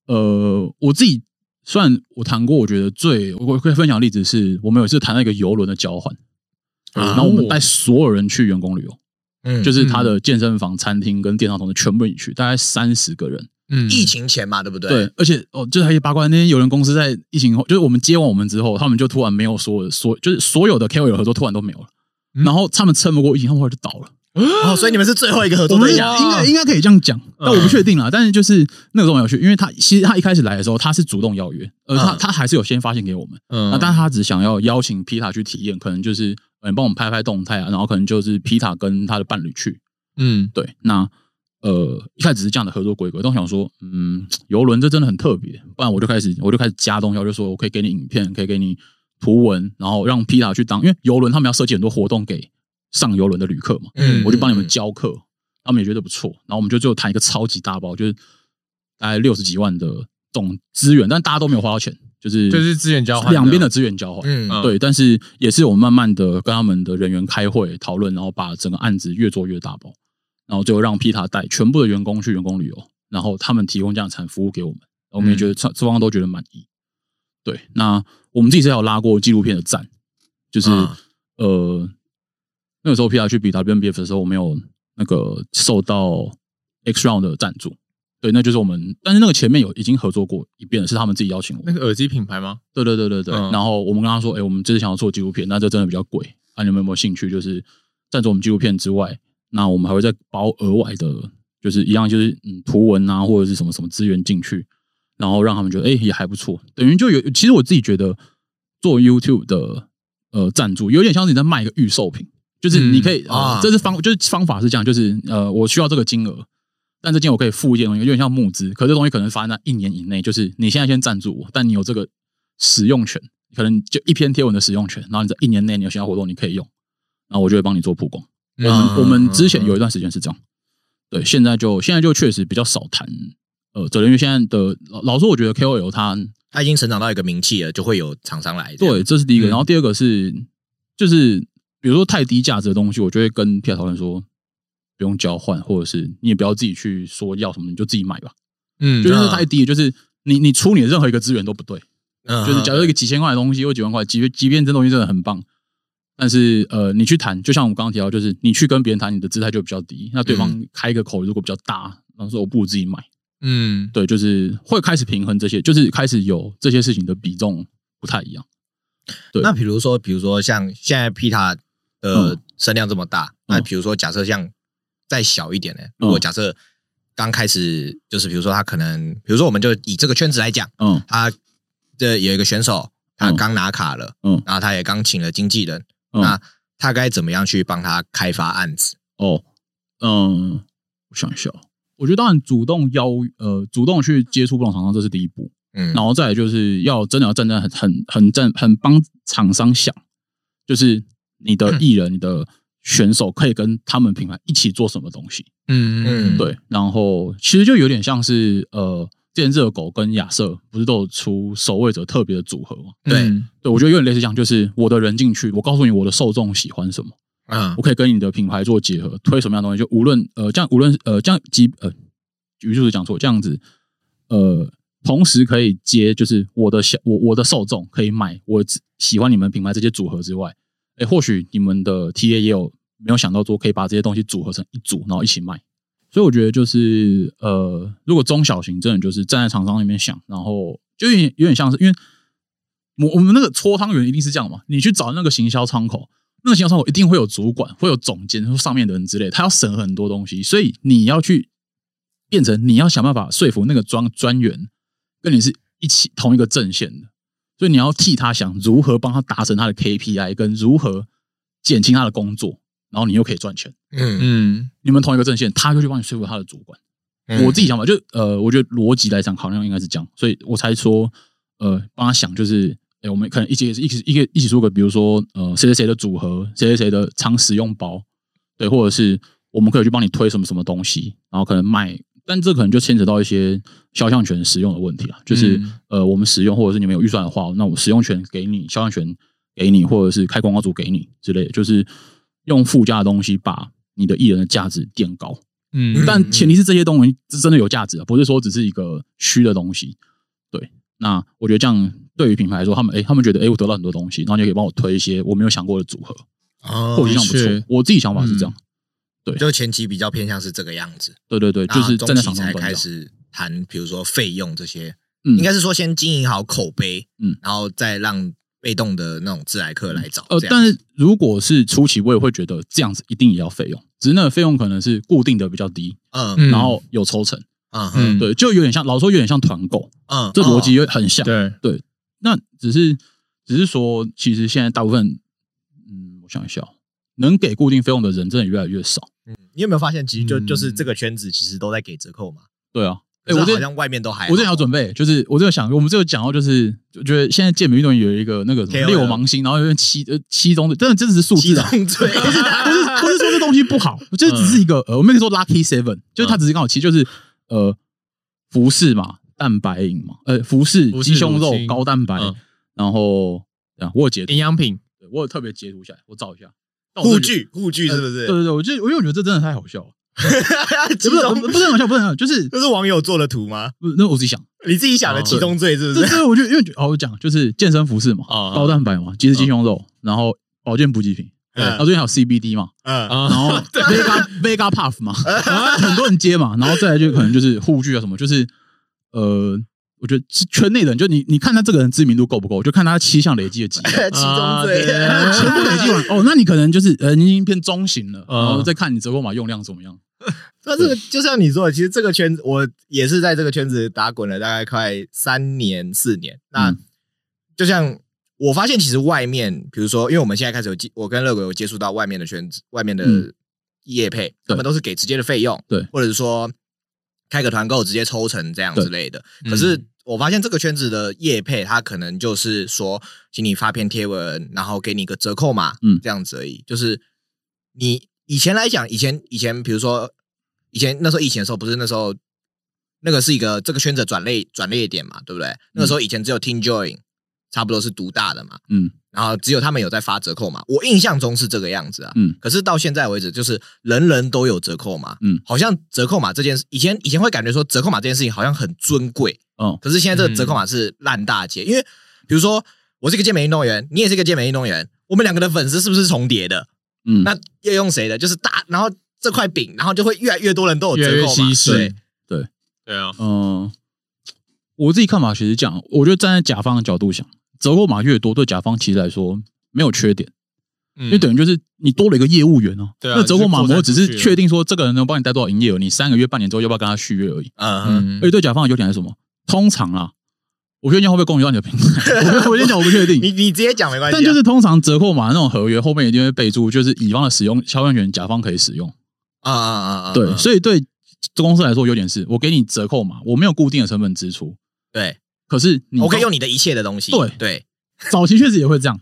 Speaker 4: 呃，我自己虽然我谈过，我觉得最我我可以分享的例子是我们有一次谈到一个游轮的交
Speaker 1: 哦
Speaker 4: 换，
Speaker 3: 啊
Speaker 4: 然后我们带所有人去员工旅游，
Speaker 3: 嗯，
Speaker 4: 就是他的健身房、餐厅跟电商同事全部一起去，大概三十个人。
Speaker 1: 嗯
Speaker 3: 疫情前嘛，对不对？
Speaker 4: 对，，而且哦，就是还有八卦，那天有人公司在疫情后，就是我们接完我们之后，他们就突然没有所有所就是所有的 KOL 合作突然都没有了，
Speaker 1: 嗯
Speaker 4: 然后他们撑不过疫情，他们后来就倒了。
Speaker 3: 哦，所以你们是最后一个合
Speaker 4: 我
Speaker 3: 作
Speaker 4: 们
Speaker 3: 对
Speaker 4: 应
Speaker 3: 象。
Speaker 4: 该应该可以这样讲，
Speaker 3: 嗯
Speaker 4: 但我不确定啦。但是就是那个时候很有趣，因为他其实他一开始来的时候，他是主动邀约，呃，他
Speaker 3: 嗯
Speaker 4: 他还是有先发信给我们，
Speaker 1: 嗯
Speaker 4: 那但他只想要邀请皮塔去体验，可能就是呃你帮我们拍拍动态啊，然后可能就是皮塔跟他的伴侣去，
Speaker 1: 嗯
Speaker 4: 对，那呃一开始只是这样的合作规格，但我想说，嗯，游轮这真的很特别，不然我就开始我就开始加东西，我就说我可以给你影片，可以给你图文，然后让皮塔去当，因为游轮他们要设计很多活动给上游轮的旅客嘛，
Speaker 3: 嗯
Speaker 4: 我就帮你们教课，他们也觉得不错，然后我们就最后谈一个超级大包，就是大概六十几万的总资源，但大家都没有花到钱，就是
Speaker 1: 就是资源交换的
Speaker 4: 两边的资源交换，
Speaker 3: 嗯
Speaker 1: 嗯
Speaker 4: 对，但是也是我们慢慢的跟他们的人员开会讨论，然后把整个案子越做越大包，然后最后让 Pita 带全部的员工去员工旅游，然后他们提供这样的产服务给我们，我们也觉得双双方都觉得满意。对，那我们自己是有拉过纪录片的赞，就是、
Speaker 3: 嗯
Speaker 4: 呃，那个时候 Pita 去比 WMBF 的时候，我们有那个受到 X Round 的赞助。对，那就是我们，但是那个前面有已经合作过一遍了，是他们自己邀请我们
Speaker 1: 那。个耳机品牌吗？
Speaker 4: 对对对对对。
Speaker 1: 嗯
Speaker 4: 然后我们跟他说，哎、我们这次想要做纪录片，那这真的比较贵啊，你们有没有兴趣？就是赞助我们纪录片之外，那我们还会再包额外的，就是一样就是嗯图文啊或者是什么什么资源进去，然后让他们觉得哎、诶也还不错，等于就有其实我自己觉得做 YouTube 的呃赞助有点像是你在卖一个预售品。就是你可以，
Speaker 3: 嗯啊
Speaker 4: 呃这是方，就是方法是这样，就是呃，我需要这个金额，但这件我可以付一件东西，有点像募资，可这东西可能发生在一年以内，就是你现在先赞助我，但你有这个使用权，可能就一篇贴文的使用权，然后你在一年内你有线下活动你可以用，然后我就会帮你做曝光。我们、
Speaker 3: 嗯
Speaker 4: 我们之前有一段时间是这样，对，现在就现在就确实比较少谈呃责任，因为现在的老老实说，我觉得 KOL 它
Speaker 3: 他已经成长到一个名气了，就会有厂商来。
Speaker 4: 对，，这是第一
Speaker 1: 嗯
Speaker 4: 个。然后第二个是，就是比如说太低价值的东西，我就会跟 P 讨论说，不用交换，或者是你也不要自己去说要什么，你就自己买吧。
Speaker 1: 嗯，
Speaker 3: 啊
Speaker 4: 就是太低，就是你你出你的任何一个资源都不对。
Speaker 3: 嗯
Speaker 4: 就是假如一个几千块的东西或几万块，即即便这东西真的很棒，但是呃，你去谈，就像我刚刚提到，就是你去跟别人谈，你的姿态就比较低。那对方开一个口如果比较大，然后说我哦不如自己买，
Speaker 1: 嗯，
Speaker 4: 对，就是会开始平衡这些，就是开始有这些事情的比重不太一样。对
Speaker 3: 那比如说，比如说像现在 Pita 的
Speaker 4: 嗯嗯
Speaker 3: 声量这么大，那比如说假设像再小一点呢、如果假设刚开始就是比如说他可能，比如说我们就以这个圈子来讲，
Speaker 4: 嗯
Speaker 3: 他这有一个选手，他
Speaker 4: 嗯
Speaker 3: 刚拿卡了，
Speaker 4: 嗯
Speaker 3: 然后他也刚请了经纪人，
Speaker 4: 嗯，
Speaker 3: 那他该怎么样去帮他开发案子？
Speaker 4: 哦，嗯，我想一下哦，我觉得当然主动邀呃主动去接触不同厂商，这是第一步。
Speaker 3: 嗯，
Speaker 4: 然后再来就是要真的要站在很很很站很帮厂商想，就是你
Speaker 3: 嗯
Speaker 4: 的艺人、你的选手可以跟他们品牌一起做什么东西。
Speaker 1: 嗯嗯，
Speaker 3: 嗯
Speaker 4: 对，然后其实就有点像是呃，之前热狗跟亚瑟不是都有出守卫者特别的组合吗？嗯
Speaker 1: 对，
Speaker 4: 对，我觉得有点类似这样，就是我的人进去，我告诉你我的受众喜欢什么，
Speaker 3: 嗯
Speaker 4: 我可以跟你的品牌做结合，推什么样的东西，就无论呃这样，无论呃这样即呃，语速是讲错，这样子呃，同时可以接就是我的小我我的受众可以买我只喜欢你们品牌这些组合之外，哎，或许你们的 TA 也有没有想到说可以把这些东西组合成一组，然后一起卖。所以我觉得就是呃，如果中小型真的就是站在厂商那边想，然后就有点有点像是因为我我们那个搓汤圆一定是这样嘛，你去找那个行销窗口，那个行销窗口一定会有主管，会有总监或上面的人之类，他要审核很多东西，所以你要去变成你要想办法说服那个专专员跟你是一起同一个阵线的，所以你要替他想如何帮他达成他的 KPI，跟如何减轻他的工作，然后你又可以赚钱。
Speaker 3: 嗯
Speaker 1: 嗯
Speaker 4: 你们同一个阵线，他就去帮你说服他的主管。
Speaker 3: 嗯
Speaker 4: 我自己想法就呃，我觉得逻辑来讲考量应该是这样，所以我才说呃，帮他想就是，诶，我们可能一起一起一个一起做个，比如说呃，谁谁谁的组合，谁谁谁的常使用包，对，或者是我们可以去帮你推什么什么东西，然后可能卖，但这可能就牵扯到一些肖像权使用的问题了，就是、
Speaker 1: 嗯
Speaker 4: 呃，我们使用或者是你们有预算的话，那我使用权给你，肖像权给你，或者是开广告组给你之类的，就是用附加的东西把你的艺人的价值垫高。
Speaker 1: 嗯，
Speaker 4: 但前提是这些东西是真的有价值啊，不是说只是一个虚的东西。对，那我觉得这样对于品牌来说，他们诶，他们觉得诶，我得到很多东西，然后你也可以帮我推一些我没有想过的组合，
Speaker 3: 哦嗯
Speaker 4: 或许这样不
Speaker 1: 是
Speaker 4: 错。我自己想法是这样，
Speaker 3: 就前期比较偏向是这个样子，
Speaker 4: 对对对，
Speaker 3: 然
Speaker 4: 就
Speaker 3: 后
Speaker 4: 是站
Speaker 3: 中
Speaker 4: 在
Speaker 3: 期
Speaker 4: 厂商
Speaker 3: 才
Speaker 4: 端
Speaker 3: 开
Speaker 4: 上
Speaker 3: 始谈，比如说费用这些，
Speaker 4: 嗯
Speaker 3: 应该是说先经营好口碑，
Speaker 4: 嗯
Speaker 3: 然后再让被动的那种自来客来找。
Speaker 4: 呃，
Speaker 3: 这样
Speaker 4: 但是如果是初期，我也会觉得这样子一定也要费用，只是那个费用可能是固定的比较低，
Speaker 3: 嗯
Speaker 1: 嗯
Speaker 4: 然后有抽成，
Speaker 3: 嗯嗯
Speaker 1: 嗯
Speaker 4: 对，就有点像老实说有点像团购，
Speaker 3: 嗯，
Speaker 4: 这逻辑
Speaker 3: 哦
Speaker 4: 有很像。
Speaker 1: 对，
Speaker 4: 那只是只是说，其实现在大部分，嗯，我想一下哦，能给固定费用的人真的越来越少。
Speaker 3: 你有没有发现，其实就
Speaker 1: 嗯
Speaker 3: 就是这个圈子其实都在给折扣嘛？
Speaker 4: 对啊，哎
Speaker 3: 可
Speaker 4: 我
Speaker 3: 是
Speaker 4: 这
Speaker 3: 好像外面都还好
Speaker 4: 我这有准备，就是我这有想，我们这有讲到，就是就觉得现在健美运动员有一个那个什么
Speaker 3: KOL
Speaker 4: 六芒星，然后有七呃七宗罪，真的这只是数
Speaker 3: 七
Speaker 4: 字啊，
Speaker 3: 宗罪，
Speaker 4: 不是不是说这东西不好，就只是一个呃，我们可以说 lucky seven，就是它只是刚好，其实就是呃服饰嘛，蛋白饮嘛，呃服饰
Speaker 1: 服饰
Speaker 4: 鸡胸肉
Speaker 1: 乳清
Speaker 4: 高蛋白
Speaker 1: 嗯，
Speaker 4: 然后啊我有截图
Speaker 1: 营，养品
Speaker 4: 对我有特别截图下来，我找一下
Speaker 3: 护，具护具
Speaker 4: 但
Speaker 3: 是
Speaker 4: 我
Speaker 3: 不
Speaker 4: 这
Speaker 3: 是
Speaker 4: 里对？对对，我就因为我觉得这真的太好笑了，
Speaker 3: 七
Speaker 4: 呃也不是呃
Speaker 3: 宗
Speaker 4: 不是很好笑，不是很好笑，就是
Speaker 3: 这是网友做的图吗？
Speaker 4: 不是那我自己想。
Speaker 3: 你自己想的
Speaker 1: 哦
Speaker 3: 七宗罪是不
Speaker 4: 这
Speaker 3: 是？
Speaker 4: 这我就因为哦，我讲就是健身服饰嘛，
Speaker 1: 啊啊
Speaker 4: 高蛋白嘛，即是鸡胸肉，然后保健补给品，
Speaker 3: 嗯
Speaker 4: 然后最近还有 CBD 嘛，
Speaker 3: 嗯，
Speaker 1: 啊
Speaker 4: 然后 Vega Vega Puff 嘛，很多人接嘛，然后再来就可能就是护具啊什么，就是呃，我觉得是圈内的人，就你你看他这个人知名度够不够，就看他七项累积的几 项。
Speaker 3: 七
Speaker 4: 哦
Speaker 3: 宗罪，
Speaker 1: 啊对
Speaker 4: 全部累积完哦，那你可能就是呃，你已经变中型了，
Speaker 1: 嗯
Speaker 4: 然后再看你折扣码用量怎么样。
Speaker 3: 那这个就像你说的，其实这个圈子我也是在这个圈子打滚了大概快三年四年。那、
Speaker 4: 嗯
Speaker 3: 就像我发现，其实外面，比如说，因为我们现在开始有接，我跟乐哥有接触到外面的圈子，外面的
Speaker 4: 嗯
Speaker 3: 业配，他们都是给直接的费用，
Speaker 4: 对
Speaker 3: 或者是说开个团购直接抽成这样之类的。
Speaker 1: 对
Speaker 4: 嗯
Speaker 3: 可是我发现这个圈子的业配，它可能就是说，请你发篇贴文，然后给你个折扣码，
Speaker 4: 嗯
Speaker 3: 这样子而已。就是你以前来讲，以前以前比如说以前那时候疫情的时候，不是那时候那个是一个这个圈子的转类转类点嘛，对不对？那个时候以前只有 Team Join，差不多是独大的嘛，
Speaker 4: 嗯，
Speaker 3: 然后只有他们有在发折扣嘛。我印象中是这个样子啊，
Speaker 4: 嗯。
Speaker 3: 可是到现在为止，就是人人都有折扣嘛，
Speaker 4: 嗯，
Speaker 3: 好像折扣码这件事，以前以前会感觉说折扣码这件事情好像很尊贵，
Speaker 4: 哦，
Speaker 3: 可是现在这个折扣码是烂大街，因为比如说我是一个健美运动员，你也是一个健美运动员，我们两个的粉丝是不是重叠的？
Speaker 4: 嗯，
Speaker 3: 那要用谁的？就是大，然后这块饼，然后就会越来越多人都有
Speaker 1: 越来
Speaker 3: 折
Speaker 1: 越
Speaker 3: 扣嘛
Speaker 1: 稀，
Speaker 3: 对
Speaker 1: 释，
Speaker 4: 对
Speaker 1: 对啊，
Speaker 4: 嗯，我自己看法其实这样，我觉得站在甲方的角度想，折扣码越多，对甲方其实来说没有缺点，
Speaker 1: 因
Speaker 4: 因为等于就是你多了一个业务员哦、
Speaker 1: 嗯对啊
Speaker 4: 那折扣码
Speaker 1: 就是扩展
Speaker 4: 我
Speaker 1: 出
Speaker 4: 只
Speaker 1: 去
Speaker 4: 是确定说这个人能帮你带多少营业额，你三个月、半年之后要不要跟他续约而已。
Speaker 3: 嗯，
Speaker 1: 嗯
Speaker 4: 而且对甲方的优点是什么？通常啦，我确定会不会共有到你的平 台，我我先讲，我不确定。
Speaker 3: 你你直接讲没关系啊，
Speaker 4: 但就是通常折扣码那种合约后面一定会备注，就是乙方的使用消费权，甲方可以使用。
Speaker 3: 啊啊啊
Speaker 1: 嗯
Speaker 3: 啊，
Speaker 4: 对，
Speaker 3: 啊
Speaker 4: 所以对公司来说优点是我给你折扣码，我没有固定的成本支出，
Speaker 3: 对，
Speaker 4: 可是你
Speaker 3: 我可以
Speaker 4: 用。
Speaker 3: 用你的一切的东西，
Speaker 4: 嗯对
Speaker 3: 对，
Speaker 4: 早期确实也会这样，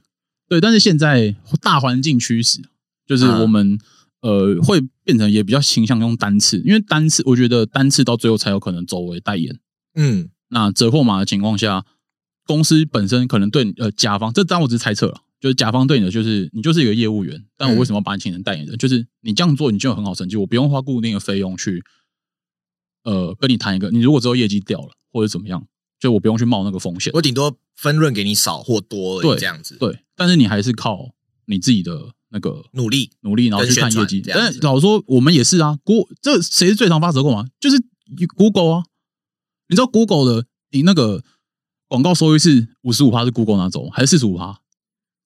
Speaker 4: 对，但是现在大环境驱使，就是
Speaker 3: 嗯
Speaker 4: 我们、呃会变成也比较倾向用单次，因为单次我觉得单次到最后才有可能走为代言。
Speaker 3: 嗯
Speaker 4: 那折扣码的情况下，公司本身可能对你呃甲方，这当然我只是猜测了，就是甲方对你的就是你就是一个业务员，但
Speaker 3: 嗯
Speaker 4: 我为什么要把你请成代言人？就是你这样做你就有很好成绩，我不用花固定的费用去呃跟你谈一个，你如果之后业绩掉了或者怎么样，就我不用去冒那个风险。
Speaker 3: 我顶多分润给你少或多而
Speaker 4: 对
Speaker 3: 已，这样子，
Speaker 4: 对，但是你还是靠你自己的那个
Speaker 3: 努力，
Speaker 4: 努力，然后
Speaker 3: 跟
Speaker 4: 去看
Speaker 3: 宣
Speaker 4: 业
Speaker 3: 传
Speaker 4: 绩。
Speaker 3: 这样
Speaker 4: 但
Speaker 3: 子
Speaker 4: 老实说，我们也是啊，Go 这谁是最常发折扣嘛？就是 Google 啊，你知道 Google 的你那个广告收益是五十五趴是 Google 拿走吗，还是四十五趴？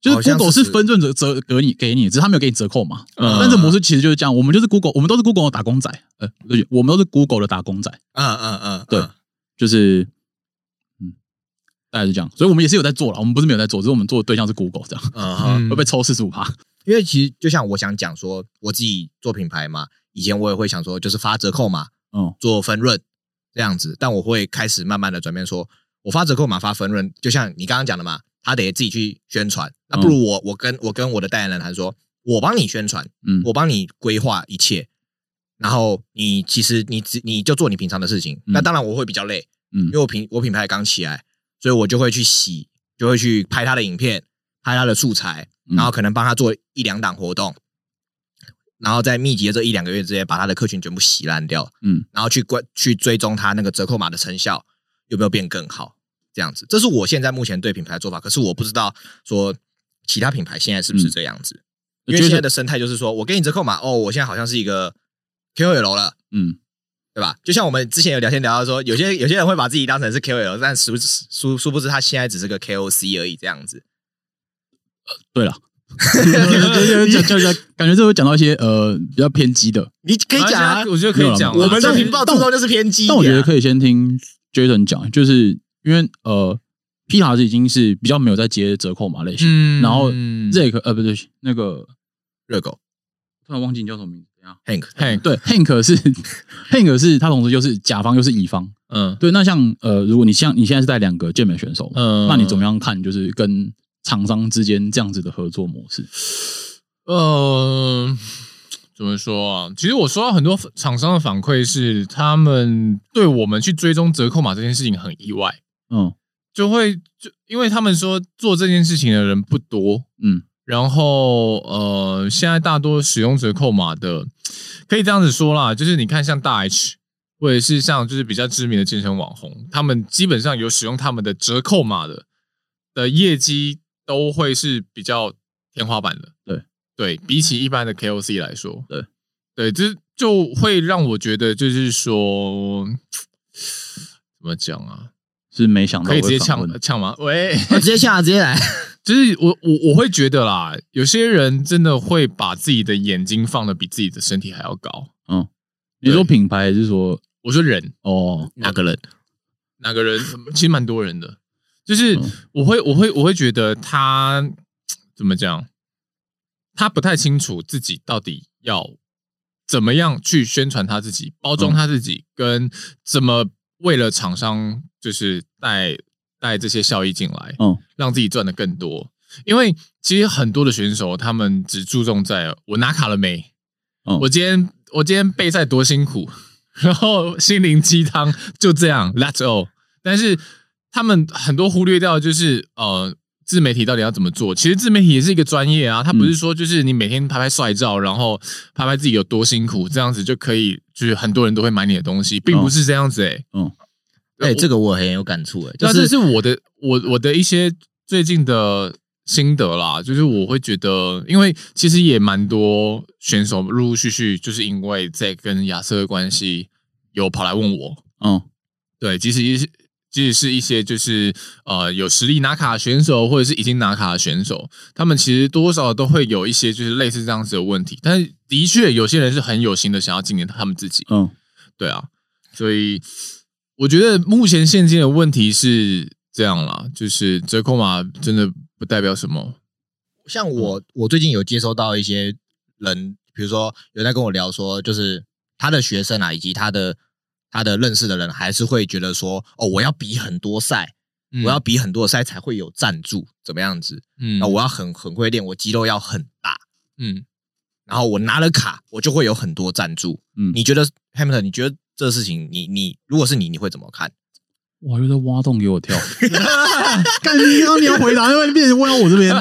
Speaker 4: 就
Speaker 3: 好
Speaker 4: 是
Speaker 3: 像
Speaker 4: Google
Speaker 3: 40
Speaker 4: 是分润折折给你给你，只是他没有给你折扣嘛。
Speaker 3: 嗯
Speaker 4: 但这模式其实就是这样，我们就是 Google，我们都是 Google 的打工仔，呃，对不起，我们都是 Google 的打工仔，
Speaker 3: 嗯嗯嗯，
Speaker 4: 对
Speaker 3: 嗯
Speaker 4: 就是嗯，大概是这样。所以我们也是有在做了，我们不是没有在做，只是我们做的对象是 Google 这样，
Speaker 3: 嗯哼。
Speaker 4: 会被抽四十五趴。
Speaker 3: 因为其实就像我想讲说，我自己做品牌嘛，以前我也会想说，就是发折扣嘛，
Speaker 4: 嗯
Speaker 3: 做分润这样子，但我会开始慢慢的转变说，我发折扣嘛，发分润，就像你刚刚讲的嘛，他得自己去宣传，那
Speaker 4: 嗯
Speaker 3: 不如我我跟我跟我的代言人谈说，我帮你宣传，
Speaker 4: 嗯，
Speaker 3: 我帮你规划一切，然后你其实你只你就做你平常的事情，
Speaker 4: 嗯
Speaker 3: 那当然我会比较累，
Speaker 4: 嗯
Speaker 3: 因为我品我品牌刚起来，所以我就会去洗，就会去拍他的影片，拍他的素材，
Speaker 4: 嗯
Speaker 3: 然后可能帮他做一两档活动，然后在密集的这一两个月之间，把他的客群全部洗烂掉，
Speaker 4: 嗯，
Speaker 3: 然后去关去追踪他那个折扣码的成效有没有变更好，这样子，这是我现在目前对品牌的做法，可是我不知道说其他品牌现在是不是
Speaker 4: 嗯
Speaker 3: 这样子，
Speaker 4: 我
Speaker 3: 因为
Speaker 4: 觉
Speaker 3: 现在
Speaker 4: 得
Speaker 3: 的生态就是说我给你折扣码，哦，我现在好像是一个 KOL 了。
Speaker 4: 嗯。
Speaker 3: 对吧？就像我们之前有聊天聊到说，有些有些人会把自己当成是 KOL，但殊殊殊不知他现在只是个 KOC 而已，这样子。
Speaker 4: 对 了，讲讲讲，感觉这会讲到一些呃比较偏激的，
Speaker 3: 你可以讲啊
Speaker 1: 我，觉得可以讲啊，
Speaker 4: 没有
Speaker 3: 我
Speaker 4: 啦
Speaker 3: 们
Speaker 1: 这
Speaker 3: 的
Speaker 4: 但
Speaker 3: 频道
Speaker 4: 但
Speaker 3: 注
Speaker 4: 我
Speaker 3: 重就是偏激一点啊。
Speaker 4: 但我觉得可以先听 Jason 讲，就是因为呃 p i t a 已经是比较没有在接折扣码类型，
Speaker 1: 嗯
Speaker 4: 然后 Zack 呃不对，那个
Speaker 3: 热狗
Speaker 4: 突然忘记你叫什么名字，等一下
Speaker 3: Hank，
Speaker 1: Hank
Speaker 4: 对，Hank 是 Hank 是他同时又是甲方又是乙方，
Speaker 1: 嗯
Speaker 4: 对，那像呃，如果你像你现在是带两个健美选手嘛，
Speaker 1: 嗯
Speaker 4: 那你怎么样看就是跟厂商之间这样子的合作模式？
Speaker 1: 呃，怎么说啊？其实我收到很多厂商的反馈是，他们对我们去追踪折扣码这件事情很意外，
Speaker 4: 嗯
Speaker 1: 就会就因为他们说做这件事情的人不多，
Speaker 4: 嗯，
Speaker 1: 然后呃，现在大多使用折扣码的，可以这样子说啦，就是你看像大 H。或者是像就是比较知名的健身网红，他们基本上有使用他们的折扣码的的业绩都会是比较天花板的。
Speaker 4: 对
Speaker 1: 对，比起一般的 KOC 来说，
Speaker 4: 对
Speaker 1: 对，这就会让我觉得就是说，怎么讲啊？
Speaker 4: 是没想到
Speaker 1: 可以直接
Speaker 4: 会访
Speaker 1: 呛
Speaker 4: 问
Speaker 1: 呛吗？喂，
Speaker 3: 我直 接下，直接来。
Speaker 1: 就是我我我会觉得啦，有些人真的会把自己的眼睛放的比自己的身体还要高。
Speaker 4: 嗯，你说品牌还是说
Speaker 1: 我说人
Speaker 4: 哦，
Speaker 3: 哪个人？
Speaker 1: 哪个人，其实蛮多人的，就是
Speaker 4: 嗯
Speaker 1: 我会我会我会觉得他怎么讲，他不太清楚自己到底要怎么样去宣传他自己，包
Speaker 4: 嗯
Speaker 1: 装他自己，跟怎么为了厂商就是带带这些效益进来，
Speaker 4: 嗯
Speaker 1: 让自己赚的更多。因为其实很多的选手，他们只注重在我拿卡了没，
Speaker 4: 嗯
Speaker 1: 我今天我今天备赛多辛苦， 然后心灵鸡汤就这样，That's all。但是他们很多忽略掉的就是呃。自媒体到底要怎么做？其实自媒体也是一个专业啊，它不是说就是你每天拍拍帅照，然后拍拍自己有多辛苦，这样子就可以，就是很多人都会买你的东西，并不是这样子哎、
Speaker 4: 嗯，
Speaker 3: 哎、这个我很有感触哎、就
Speaker 1: 那这
Speaker 3: 是
Speaker 1: 是我的我我的一些最近的心得啦，就是我会觉得，因为其实也蛮多选手陆陆续续就是因为在跟亚瑟的关系，有跑来问我，
Speaker 4: 嗯
Speaker 1: 对，即使一些即使是一些就是呃有实力拿卡的选手，或者是已经拿卡的选手，他们其实多少都会有一些就是类似这样子的问题，但是的确有些人是很有心的想要经营他们自己，
Speaker 4: 嗯
Speaker 1: 对啊，所以我觉得目前现今的问题是这样啦，就是折扣码真的不代表什么。
Speaker 3: 像我，我最近有接收到一些人，比如说有人在跟我聊说，就是他的学生啊，以及他的他的认识的人，还是会觉得说，哦，我要比很多赛，我要比很多赛才会有赞助，怎么样子？哦
Speaker 1: 嗯
Speaker 3: 那、我要很很会练，我肌肉要很大，
Speaker 1: 嗯，
Speaker 3: 然后我拿了卡，我就会有很多赞助。
Speaker 4: 嗯，
Speaker 3: 你觉得 Hamilton？你觉得这事情，你你如果是你，你会怎么 看？
Speaker 4: 哇又在挖洞给我跳，
Speaker 2: 干你
Speaker 3: 啊
Speaker 2: 刚刚你要回答，因为变成问到我这边，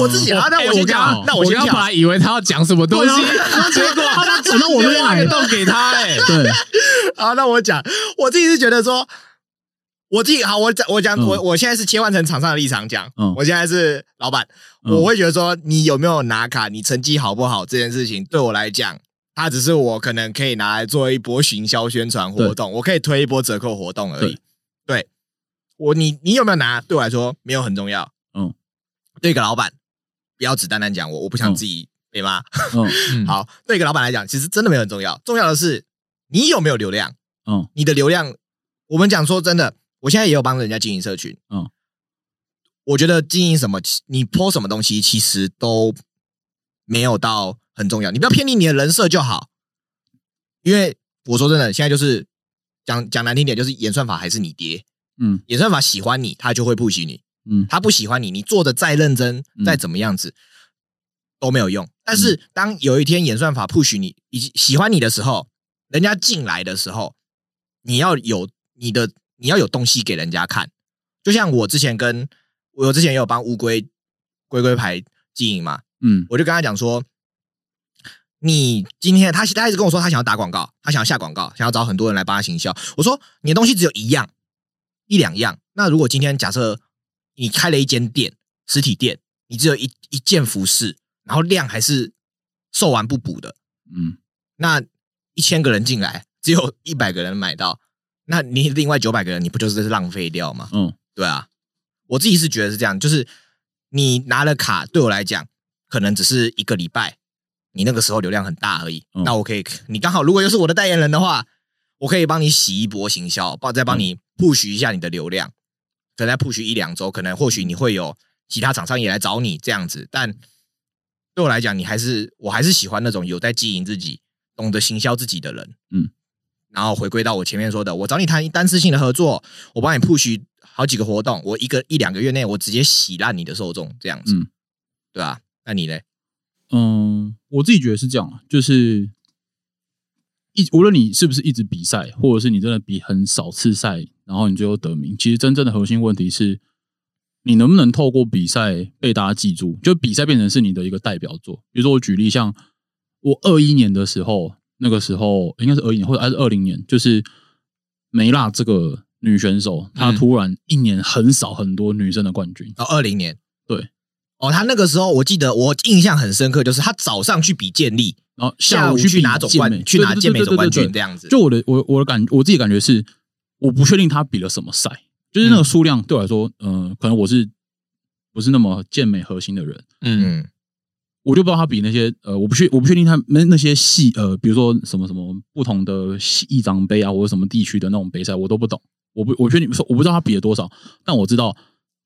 Speaker 3: 我自己啊，那
Speaker 1: 哎
Speaker 3: 我先
Speaker 1: 刚
Speaker 3: 讲
Speaker 1: 刚，
Speaker 3: 那
Speaker 1: 我
Speaker 3: 先
Speaker 1: 刚本
Speaker 3: 讲。啊
Speaker 1: 来以为他要讲什么东西，
Speaker 2: 对
Speaker 1: 结果
Speaker 2: 他他转到我这边
Speaker 1: 挖
Speaker 2: 来
Speaker 1: 个，洞给他哎、
Speaker 4: 对，
Speaker 3: 啊，那我讲，我自己是觉得说，我自己好，我讲，我讲，我我现在是切换成厂商的立场讲，
Speaker 4: 嗯
Speaker 3: 我现在是老板，
Speaker 4: 嗯
Speaker 3: 我会觉得说，你有没有拿卡，你成绩好不好这件事情，对我来讲，它只是我可能可以拿来做一波行销宣传活动，我可以推一波折扣活动而已。对，我你你有没有拿，对我来说没有很重要。
Speaker 4: 嗯，
Speaker 3: 对一个老板，不要只单单讲我，我不想
Speaker 4: 嗯
Speaker 3: 自己被骂。
Speaker 4: 嗯
Speaker 1: 嗯，
Speaker 3: 好，对一个老板来讲，其实真的没有很重要，重要的是你有没有流量。
Speaker 4: 嗯
Speaker 3: 你的流量，我们讲说真的，我现在也有帮人家经营社群，
Speaker 4: 嗯，
Speaker 3: 我觉得经营什么，其你 po 什么东西，其实都没有到很重要，你不要偏离你的人设就好。因为我说真的，现在就是讲讲难听点，就是演算法还是你爹，
Speaker 4: 嗯
Speaker 3: 演算法喜欢你，他就会不喜你，
Speaker 4: 嗯
Speaker 3: 他不喜欢你，你做的再认真，
Speaker 4: 嗯
Speaker 3: 再怎么样子、都没有用。但是当有一天演算法 push 你以及喜欢你的时候，人家进来的时候，你要有你的你要有东西给人家看。就像我之前跟我之前也有帮乌龟龟龟牌经营嘛，
Speaker 4: 嗯
Speaker 3: 我就跟他讲说，你今天他他一直跟我说他想要打广告，他想要下广告，想要找很多人来帮他行销。我说你的东西只有一样，一两样。那如果今天假设你开了一间店，实体店，你只有一一件服饰，然后量还是售完不补的，
Speaker 4: 嗯
Speaker 3: 那一千个人进来，只有一百个人买到，那你另外九百个人，你不就是浪费掉吗？
Speaker 4: 嗯
Speaker 3: 对啊，我自己是觉得是这样，就是你拿了卡，对我来讲，可能只是一个礼拜，你那个时候流量很大而已。
Speaker 4: 嗯
Speaker 3: 那我可以，你刚好如果又是我的代言人的话，我可以帮你洗一波行销，帮再帮
Speaker 4: 嗯
Speaker 3: 你 push 一下你的流量，可能再 push 一两周，可能或许你会有其他厂商也来找你这样子，但对我来讲，你还是我还是喜欢那种有在经营自己、懂得行销自己的人。
Speaker 4: 嗯，
Speaker 3: 然后回归到我前面说的，我找你谈单次性的合作，我帮你 push 好几个活动，我一个一两个月内我直接洗烂你的受众，这样子，
Speaker 4: 嗯
Speaker 3: 对吧？那你嘞？
Speaker 4: 嗯，我自己觉得是这样啊，就是一无论你是不是一直比赛，或者是你真的比很少次赛，然后你最后得名，其实真正的核心问题是，你能不能透过比赛被大家记住？就比赛变成是你的一个代表作。比如说我举例，像我二一年的时候，那个时候应该是二一年或者还是二零年，就是梅拉这个女选手，她
Speaker 3: 嗯
Speaker 4: 突然一年很少很多女生的冠军，
Speaker 3: 哦，二零年，
Speaker 4: 对，
Speaker 3: 哦，他那个时候我记得我印象很深刻，就是他早上去比健力，
Speaker 4: 然后
Speaker 3: 下
Speaker 4: 午
Speaker 3: 午
Speaker 4: 去
Speaker 3: 去
Speaker 4: 比
Speaker 3: 拿总
Speaker 4: 健美
Speaker 3: 冠，去拿
Speaker 4: 对
Speaker 3: 健美总冠
Speaker 4: 对对对对对
Speaker 3: 军这样子。
Speaker 4: 就我的我我的感我自己感觉是，我不确定他比了什么赛，就是那个数量对我来说，嗯、可能我是不是那么健美核心的人，
Speaker 1: 嗯，
Speaker 3: 嗯
Speaker 4: 我就不知道他比那些呃，我不确我不确定他们那些系呃，比如说什么什么不同的系议长杯啊，或者什么地区的那种杯赛，我都不懂，我不我确定我不知道他比了多少，但我知道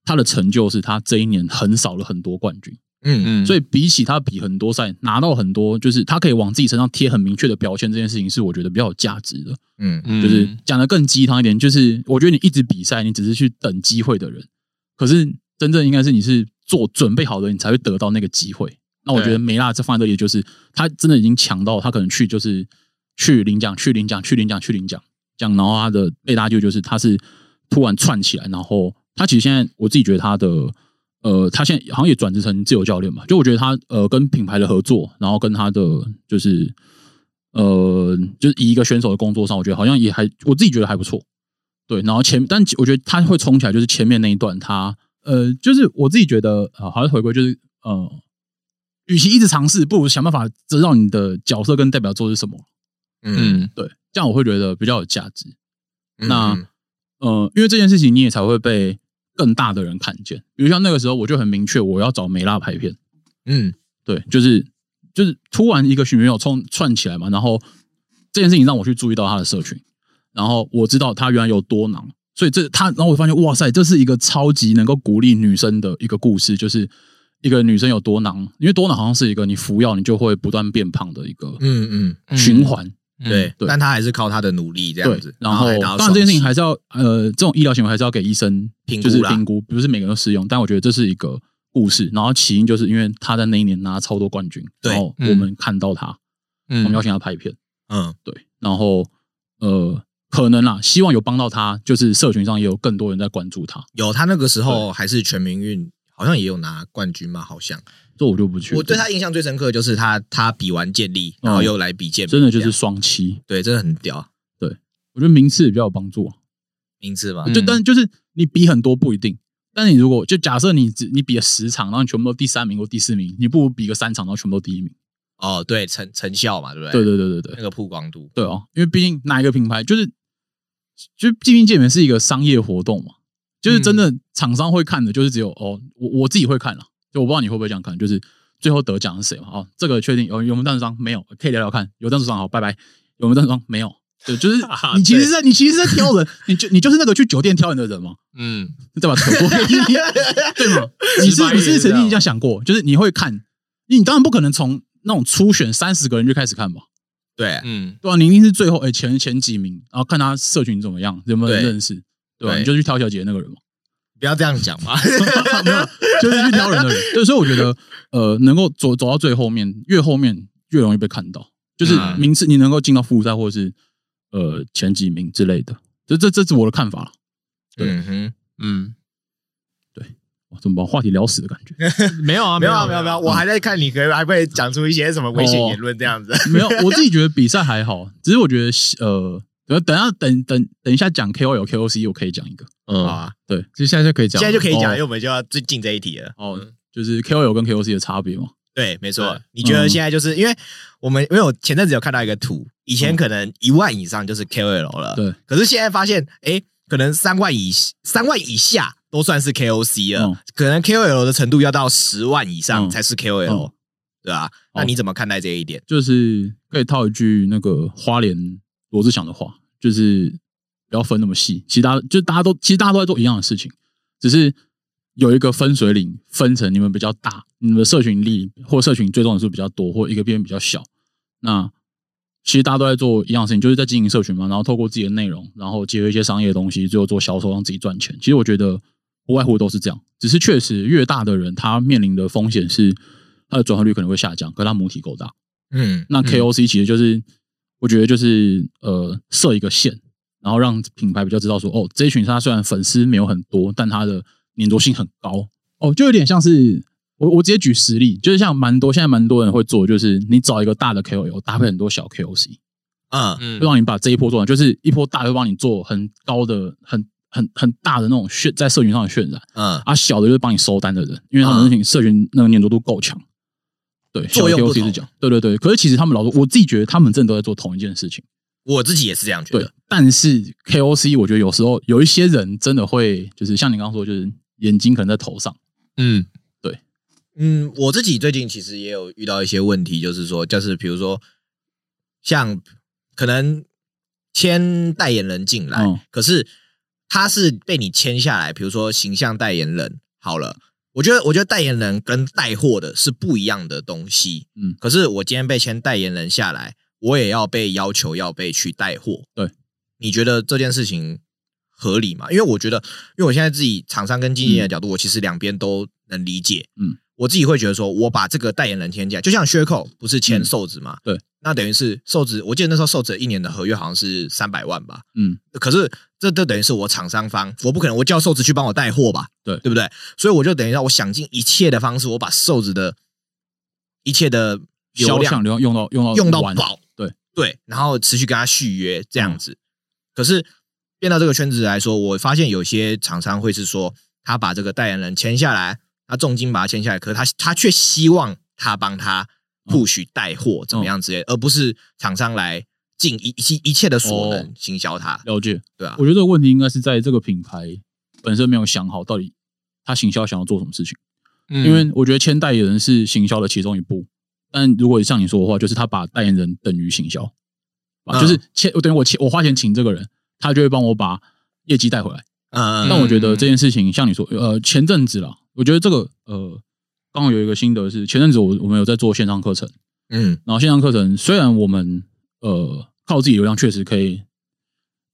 Speaker 4: 他的成就是他这一年很少了很多冠军。
Speaker 3: 嗯嗯
Speaker 1: 嗯，
Speaker 4: 所
Speaker 1: 以
Speaker 4: 以比起他比很多赛拿到很多，就是他可以往自己身上贴很明确的标签，这件事情是我觉得比较有价值的。
Speaker 3: 嗯
Speaker 4: 就是讲的更鸡汤一点，就是我觉得你一直比赛，你只是去等机会的人，可是真正应该是你是做准备好的，你才会得到那个机会。那我觉得
Speaker 1: 对
Speaker 4: 梅拉这放在这里，就是他真的已经强到他可能去就是去领奖、去领奖、去领奖、去领奖，这样，然后他的被大家就就是他是突然串起来，然后他其实现在我自己觉得他的呃，他现在好像也转职成自由教练嘛，就我觉得他呃跟品牌的合作，然后跟他的就是呃就是以一个选手的工作上，我觉得好像也还我自己觉得还不错，对，然后前但我觉得他会冲起来，就是前面那一段他呃就是我自己觉得啊、呃好像回归就是呃。与其一直尝试，不如想办法知道你的角色跟代表作是什么。
Speaker 3: 嗯，
Speaker 1: 嗯
Speaker 4: 对，这样我会觉得比较有价值。
Speaker 3: 嗯
Speaker 4: 那
Speaker 3: 嗯
Speaker 4: 呃，因为这件事情你也才会被更大的人看见。比如像那个时候，我就很明确我要找梅拉拍片，
Speaker 3: 嗯
Speaker 4: 对，就是就是突然一个选手冲串起来嘛，然后这件事情让我去注意到他的社群，然后我知道他原来有多囊，所以这他，然后我发现哇塞，这是一个超级能够鼓励女生的一个故事，就是一个女生有多囊，因为多囊好像是一个你服药你就会不断变胖的一个
Speaker 3: 嗯嗯，
Speaker 4: 循环，
Speaker 3: 对，
Speaker 4: 对
Speaker 3: 但他还是靠他的努力这样
Speaker 4: 对，
Speaker 3: 子，
Speaker 4: 然
Speaker 3: 后
Speaker 4: 后
Speaker 3: 还达
Speaker 4: 当
Speaker 3: 到
Speaker 4: 然这件事情
Speaker 3: 双
Speaker 4: 还是要呃，这种医疗行为还是要给医生
Speaker 3: 评
Speaker 4: 就是
Speaker 3: 估啦
Speaker 4: 评估，不是每个人都适用。但我觉得这是一个故事，然后起因就是因为他在那一年拿超多冠军，
Speaker 3: 对
Speaker 4: 然后
Speaker 1: 嗯
Speaker 4: 我们看到他，我
Speaker 1: 嗯
Speaker 4: 们邀请他拍片，
Speaker 3: 嗯
Speaker 4: 对，然后呃，可能啦，希望有帮到他，就是社群上也有更多人在关注他，
Speaker 3: 有他那个时候还是全民运，好像也有拿冠军嘛，好像。
Speaker 4: 这我就不去。哦
Speaker 3: 我对他印象最深刻就是他他比完健力，然后又来比健美这
Speaker 4: 真
Speaker 3: 样，
Speaker 4: 的就是双七，
Speaker 3: 对，真的很屌，
Speaker 4: 我觉得名次也比较有帮助啊、
Speaker 3: 名字嘛
Speaker 1: 嗯，
Speaker 4: 就但就是你比很多不一定，但是你如果就假设你只你比了十场，然后你全部都第三名或第四名，你不如比个三场，然后全部都第一名。
Speaker 3: 哦，对，成成效嘛，对不对？
Speaker 4: 对对对对对
Speaker 3: 那个曝光度，
Speaker 4: 对哦，因为毕竟哪一个品牌就是，就毕竟健美是一个商业活动嘛，就是真的厂商会看的，就是只有哦，我我自己会看了，就我不知道你会不会这样看，就是最后得奖是谁嘛？哦，这个确定有有没有赞助商？没有，可以聊聊看。有赞助商好，拜拜。有没有赞助商？没有。就就是你其实是在你其实是在挑人，你就你就是那个去酒店挑人的人嘛，
Speaker 1: 嗯
Speaker 4: 对吧？对 吗？你是你是曾经这样想过，就是你会看，你当然不可能从那种初选三十个人就开始看吧，
Speaker 3: 对，
Speaker 1: 嗯
Speaker 4: 对啊，你一定是最后哎、前前几名，然后看他社群怎么样，有没有人
Speaker 3: 对
Speaker 4: 认识，对吧、
Speaker 3: 对
Speaker 4: 你就去挑小姐那个人嘛，
Speaker 3: 不要这样讲嘛，
Speaker 4: 没有，就是去挑人的人。对，所以我觉得呃，能够走走到最后面，越后面越容易被看到，就是
Speaker 3: 嗯
Speaker 4: 名次你能够进到复赛或者是呃前几名之类的，这这这是我的看法了。对
Speaker 3: 嗯哼。
Speaker 1: 嗯，
Speaker 4: 哇，怎么把话题聊死的感觉？
Speaker 1: 没有啊，
Speaker 3: 没有啊
Speaker 1: 啊，
Speaker 3: 没有啊没有啊，
Speaker 1: 嗯
Speaker 3: 我还在看你可能还会讲出一些什么危险
Speaker 4: 哦
Speaker 3: 言论这样子。
Speaker 4: 没有，我自己觉得比赛还好，只是我觉得呃，等等一下等等等一下讲 KOL KOC 我可以讲一个
Speaker 3: 好
Speaker 1: 嗯，
Speaker 3: 啊，
Speaker 1: 就现在就可以讲
Speaker 3: 现
Speaker 1: 了，
Speaker 3: 在就可以讲，
Speaker 4: 哦
Speaker 3: 因为我们就要最近这一题了。
Speaker 4: 哦，就是 KOL 跟 KOC 的差别嘛。
Speaker 3: 对，没错
Speaker 1: 对。
Speaker 3: 你觉得
Speaker 4: 嗯
Speaker 3: 现在就是因为我们，因为我前阵子有看到一个图，以前可能一万以上就是 KOL 了，
Speaker 4: 嗯对。
Speaker 3: 可是现在发现，哎，可能三万以三万以下都算是 KOC 了，
Speaker 4: 嗯
Speaker 3: 可能 KOL 的程度要到十万以上
Speaker 4: 嗯
Speaker 3: 才是 KOL，、
Speaker 4: 嗯哦
Speaker 3: 对吧、那你怎么看待这一点？
Speaker 4: 就是可以套一句那个花莲罗志祥的话，就是不要分那么细，其实大家就大家都其实大家都在做一样的事情，只是有一个分水岭分成你们比较大，你们的社群力或社群追踪人数比较多，或一个边比较小，那其实大家都在做一样的事情，就是在经营社群嘛，然后透过自己的内容，然后结合一些商业的东西，最后做销售，让自己赚钱。其实我觉得不外乎都是这样，只是确实越大的人，他面临的风险是他的转化率可能会下降，可他母体够大。
Speaker 3: 嗯，
Speaker 4: 那
Speaker 3: 嗯
Speaker 4: KOC 其实就是、我觉得就是呃设一个线，然后让品牌比较知道说，哦，这一群他虽然粉丝没有很多，但他的粘着性很高。哦，就有点像是我我直接举实例，就是像蛮多现在蛮多人会做，就是你找一个大的 KOL 搭配很多小 KOC，
Speaker 3: 嗯
Speaker 1: 嗯
Speaker 4: 让你把这一波做完，就是一波大的会帮你做很高的很。很很大的那种渲在社群上的渲染
Speaker 3: 嗯，
Speaker 4: 啊，小的就是帮你收单的人，因为他们那群社群那个粘着度够强，对，
Speaker 3: 作用不
Speaker 4: o
Speaker 3: 同
Speaker 4: c 是讲，对对对。可是其实他们老说，我自己觉得他们真的都在做同一件事情，
Speaker 3: 我自己也是这样觉
Speaker 4: 对
Speaker 3: 得。。
Speaker 4: 但是 KOC 我觉得有时候有一些人真的会，就是像你刚刚说，就是眼睛可能在头上，
Speaker 1: 嗯
Speaker 3: 嗯，我自己最近其实也有遇到一些问题，就是说，就是比如说，像可能签代言人进来，
Speaker 4: 嗯
Speaker 3: 可是他是被你签下来，比如说形象代言人好了。我觉得，我觉得代言人跟带货的是不一样的东西。
Speaker 4: 嗯
Speaker 3: 可是我今天被签代言人下来，我也要被要求要被去带货。
Speaker 4: 对，
Speaker 3: 你觉得这件事情合理吗？因为我觉得，因为我现在自己厂商跟经纪人的角度，我其实两边都能理解。
Speaker 4: 嗯，
Speaker 3: 我自己会觉得说，我把这个代言人签进来，就像薛蔻不是签
Speaker 4: 嗯
Speaker 3: 瘦子嘛、
Speaker 4: 对，
Speaker 3: 那等于是瘦子，我记得那时候瘦子一年的合约好像是三百万吧。
Speaker 4: 嗯，
Speaker 3: 可是这这等于是我厂商方，我不可能我叫瘦子去帮我带货吧？
Speaker 4: 对
Speaker 3: 对不对？所以我就等于让我想尽一切的方式，我把瘦子的一切的流
Speaker 4: 销
Speaker 3: 量
Speaker 4: 量流量用到哦用到
Speaker 3: 用到
Speaker 4: 完
Speaker 3: 爆，
Speaker 4: 对嗯
Speaker 3: 对，然后持续跟他续约这样子。可是变到这个圈子来说，我发现有些厂商会是说，他把这个代言人签下来，他重金把他签下来，可是他他却希望他帮他
Speaker 4: 嗯
Speaker 3: push 带货怎么样之类的，而不是厂商来尽一一一切的所能
Speaker 4: 哦
Speaker 3: 行销他，
Speaker 4: 了解。
Speaker 3: 对啊
Speaker 4: 我，觉得这个问题应该是在这个品牌本身没有想好到底他行销想要做什么事情。
Speaker 1: 嗯
Speaker 4: 因为我觉得签代言人是行销的其中一步。但如果像你说的话，就是他把代言人等于行销，
Speaker 3: 嗯
Speaker 4: 啊，就是签，我等于我签，我花钱请这个人，他就会帮我把业绩带回来。
Speaker 3: 嗯
Speaker 4: 但我觉得这件事情，像你说，呃，前阵子啦，我觉得这个呃，刚好有一个心得是，前阵子我我们有在做线上课程，
Speaker 3: 嗯
Speaker 4: 然后线上课程虽然我们呃靠自己流量确实可以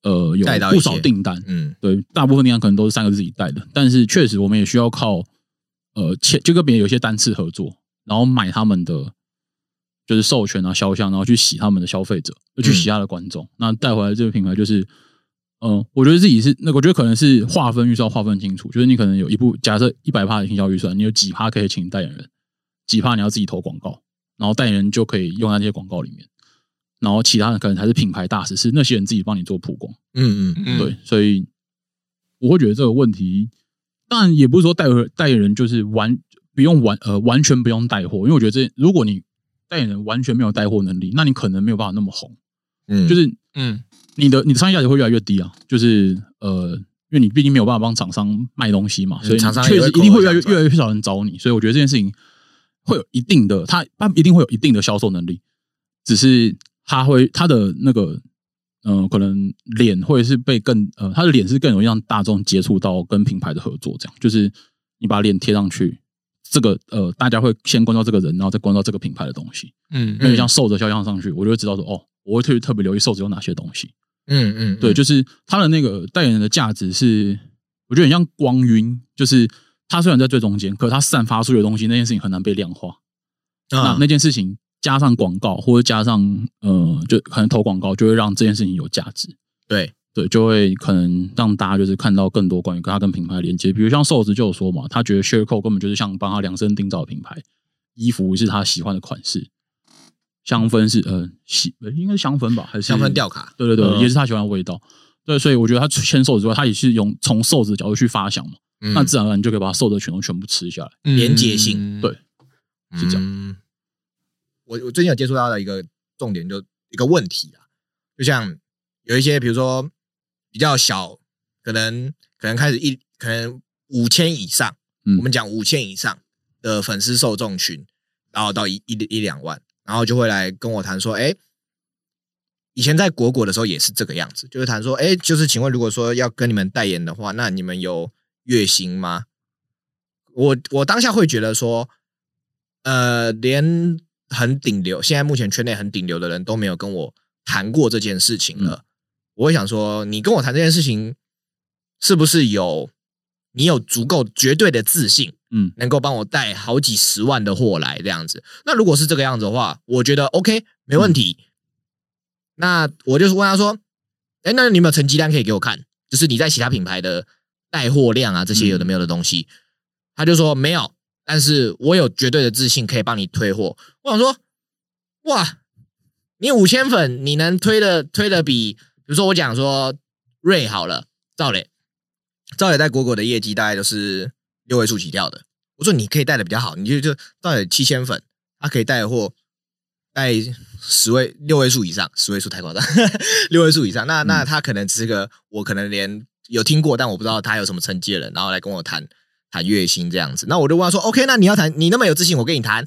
Speaker 4: 呃有
Speaker 3: 带到一
Speaker 4: 不
Speaker 3: 些
Speaker 4: 少订单，
Speaker 3: 嗯
Speaker 4: 对，大部分订单可能都是三个自己带的，但是确实我们也需要靠呃签，就跟别人有一些单次合作，然后买他们的就是授权啊、肖像，然后去洗他们的消费者，就去洗他的观众。那带回来这个品牌就是，嗯、我觉得自己是那个，我觉得可能是划分预算划分清楚，就是你可能有一部假设一百趴的营销预算，你有几趴可以请代言人，几趴你要自己投广告，然后代言人就可以用在这些广告里面。然后其他的可能才是品牌大使，是那些人自己帮你做曝光。
Speaker 3: 嗯嗯
Speaker 1: 嗯
Speaker 4: 对，所以我会觉得这个问题，当然也不是说代言代言人就是完不用完呃完全不用带货，因为我觉得这如果你代言人完全没有带货能力，那你可能没有办法那么红，
Speaker 3: 嗯，
Speaker 4: 就是
Speaker 1: 嗯
Speaker 4: 你的你的商业价值会越来越低啊，就是呃。因为你毕竟没有办法帮厂商卖东西嘛，
Speaker 3: 嗯
Speaker 4: 所以
Speaker 3: 厂商也
Speaker 4: 确
Speaker 3: 会
Speaker 4: 实
Speaker 3: 扣
Speaker 4: 一定会
Speaker 3: 我
Speaker 4: 越来越
Speaker 3: 想赚
Speaker 4: 越来越少人找你，所以我觉得这件事情会有一定的，他他一定会有一定的销售能力，只是他会他的那个，嗯、可能脸会是被更呃，他的脸是更容易让大众接触到跟品牌的合作，这样就是你把脸贴上去，这个呃，大家会先关照这个人，然后再关照这个品牌的东西。
Speaker 1: 嗯
Speaker 4: 那你像瘦子肖像上去，我就会知道说哦，我会特别特别留意瘦子有哪些东西。
Speaker 3: 嗯嗯
Speaker 4: 对，就是他的那个代言人的价值是，我觉得很像光晕，就是他虽然在最中间，可他散发出的东西那件事情很难被量化。
Speaker 3: 嗯
Speaker 4: 那那件事情加上广告或者加上呃，就可能投广告，就会让这件事情有价值。
Speaker 3: 对
Speaker 4: 对，就会可能让大家就是看到更多关于跟他跟品牌的连接，比如像瘦子就有说嘛，他觉得 Sherco 根本就是像帮他量身定造的品牌，衣服是他喜欢的款式，香氛是呃喜呃应该是香氛吧，还是
Speaker 3: 香氛吊卡，
Speaker 4: 对对对，
Speaker 1: 嗯
Speaker 4: 也是他喜欢的味道。对，所以我觉得他签瘦子之外，他也是用从瘦子的角度去发想嘛，
Speaker 3: 嗯
Speaker 4: 那自然而然你就可以把瘦子的全都全部吃下来。
Speaker 1: 嗯
Speaker 3: 连结性
Speaker 1: 嗯
Speaker 4: 对是这样
Speaker 3: 嗯、我我最近有接触到的一个重点，就一个问题啊，就像有一些比如说比较小，可能可能开始一可能五千以上，
Speaker 4: 嗯
Speaker 3: 我们讲五千以上的粉丝受众群，然后到一一一两万，然后就会来跟我谈说，哎。以前在果果的时候也是这个样子，就是谈说，哎，就是请问，如果说要跟你们代言的话，那你们有月薪吗？我我当下会觉得说，呃，连很顶流，现在目前圈内很顶流的人都没有跟我谈过这件事情了，我会想说，你跟我谈这件事情，是不是有你有足够绝对的自信，
Speaker 4: 嗯
Speaker 3: 能够帮我带好几十万的货来这样子？那如果是这个样子的话，我觉得 OK，没问题。那我就是问他说，哎，那你有没有成绩单可以给我看？就是你在其他品牌的带货量啊，这些有的没有的东西。他就说没有，但是我有绝对的自信可以帮你推货。我想说，哇，你五千粉，你能推的推的比，比如说我讲说瑞好了，赵磊，赵磊在果果的业绩大概都是六位数起跳的。我说你可以带的比较好，你就就赵磊七千粉，他可以带货带十位六位数以上，十位数太夸张，六位数以上。那那他可能只是个我可能连有听过，但我不知道他有什么成绩的人，然后来跟我谈谈月薪这样子。那我就问他说，OK，那你要谈，你那么有自信，我跟你谈。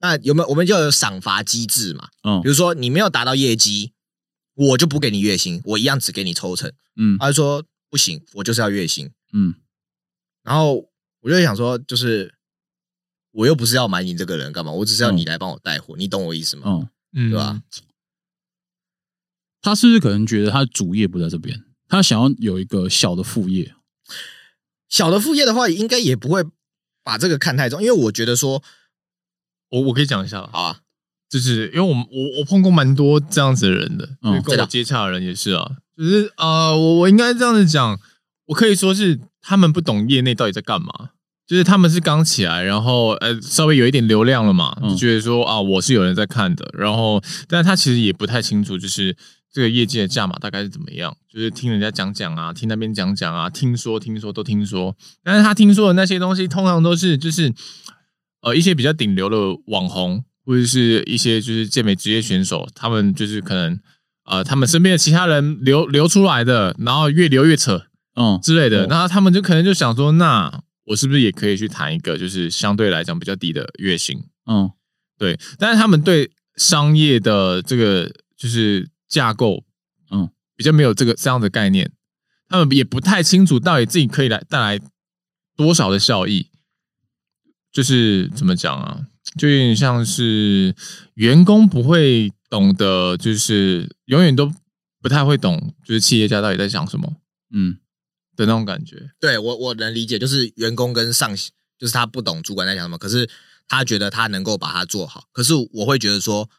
Speaker 3: 那有没有我们就有赏罚机制嘛？
Speaker 4: 嗯
Speaker 3: 比如说你没有达到业绩，我就不给你月薪，我一样只给你抽成。
Speaker 4: 嗯
Speaker 3: 他就说不行，我就是要月薪。
Speaker 4: 嗯
Speaker 3: 然后我就想说，就是我又不是要买你这个人干嘛，我只是要你来帮我带货，你懂我意思吗？
Speaker 4: 嗯，
Speaker 1: 嗯
Speaker 3: 对吧？
Speaker 4: 他是不是可能觉得他的主业不在这边，他想要有一个小的副业？
Speaker 3: 小的副业的话，应该也不会把这个看太重，因为我觉得说，
Speaker 1: 我我可以讲一下吧，
Speaker 3: 好啊，
Speaker 1: 就是因为我们我我碰过蛮多这样子的人的，
Speaker 4: 嗯
Speaker 1: 就是
Speaker 3: 真
Speaker 1: 跟
Speaker 3: 的
Speaker 1: 我接洽的人也是啊，就是呃，我我应该这样子讲，我可以说是他们不懂业内到底在干嘛，就是他们是刚起来，然后呃稍微有一点流量了嘛，
Speaker 4: 嗯
Speaker 1: 就觉得说啊我是有人在看的，然后但他其实也不太清楚，就是这个业界的价码大概是怎么样，就是听人家讲讲啊，听那边讲讲啊，听说听说都听说，但是他听说的那些东西，通常都是就是呃一些比较顶流的网红，或者是一些就是健美职业选手，他们就是可能呃他们身边的其他人流流出来的，然后越流越扯
Speaker 4: 嗯
Speaker 1: 之类的，
Speaker 4: 哦
Speaker 1: 然后他们就可能就想说，那我是不是也可以去谈一个就是相对来讲比较低的月薪？
Speaker 4: 嗯
Speaker 1: 对，但是他们对商业的这个就是架构，
Speaker 4: 嗯，
Speaker 1: 比较没有这个这样的概念，他们也不太清楚到底自己可以来带来多少的效益，就是怎么讲啊，就有点像是员工不会懂得，就是永远都不太会懂，就是企业家到底在想什么
Speaker 4: 嗯
Speaker 1: 的那种感觉。
Speaker 3: 对我我能理解，就是员工跟上司，就是他不懂主管在想什么，可是他觉得他能够把它做好，可是我会觉得说，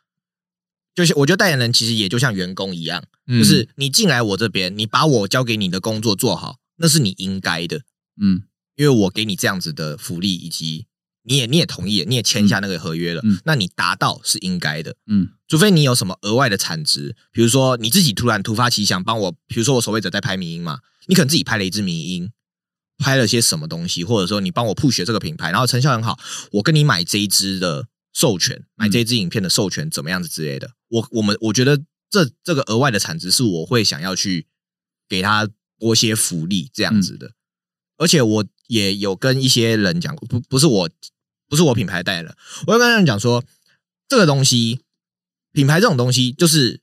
Speaker 3: 就是我觉得代言人其实也就像员工一样，
Speaker 1: 嗯
Speaker 3: 就是你进来我这边，你把我交给你的工作做好，那是你应该的，
Speaker 4: 嗯
Speaker 3: 因为我给你这样子的福利，以及你也你也同意了，你也签下那个合约了，
Speaker 4: 嗯
Speaker 3: 那你达到是应该的，
Speaker 4: 嗯
Speaker 3: 除非你有什么额外的产值，比如说你自己突然突发奇想帮我，比如说我守卫者在拍迷音嘛，你可能自己拍了一支迷音，拍了些什么东西，或者说你帮我 push 这个品牌，然后成效很好，我跟你买这一支的授权，买这一支影片的授权怎么样子之类的，我我们我觉得这这个额外的产值是我会想要去给他拨些福利这样子的，而且我也有跟一些人讲过，不不是我不是我品牌代言人，我会跟人讲说，这个东西，品牌这种东西就是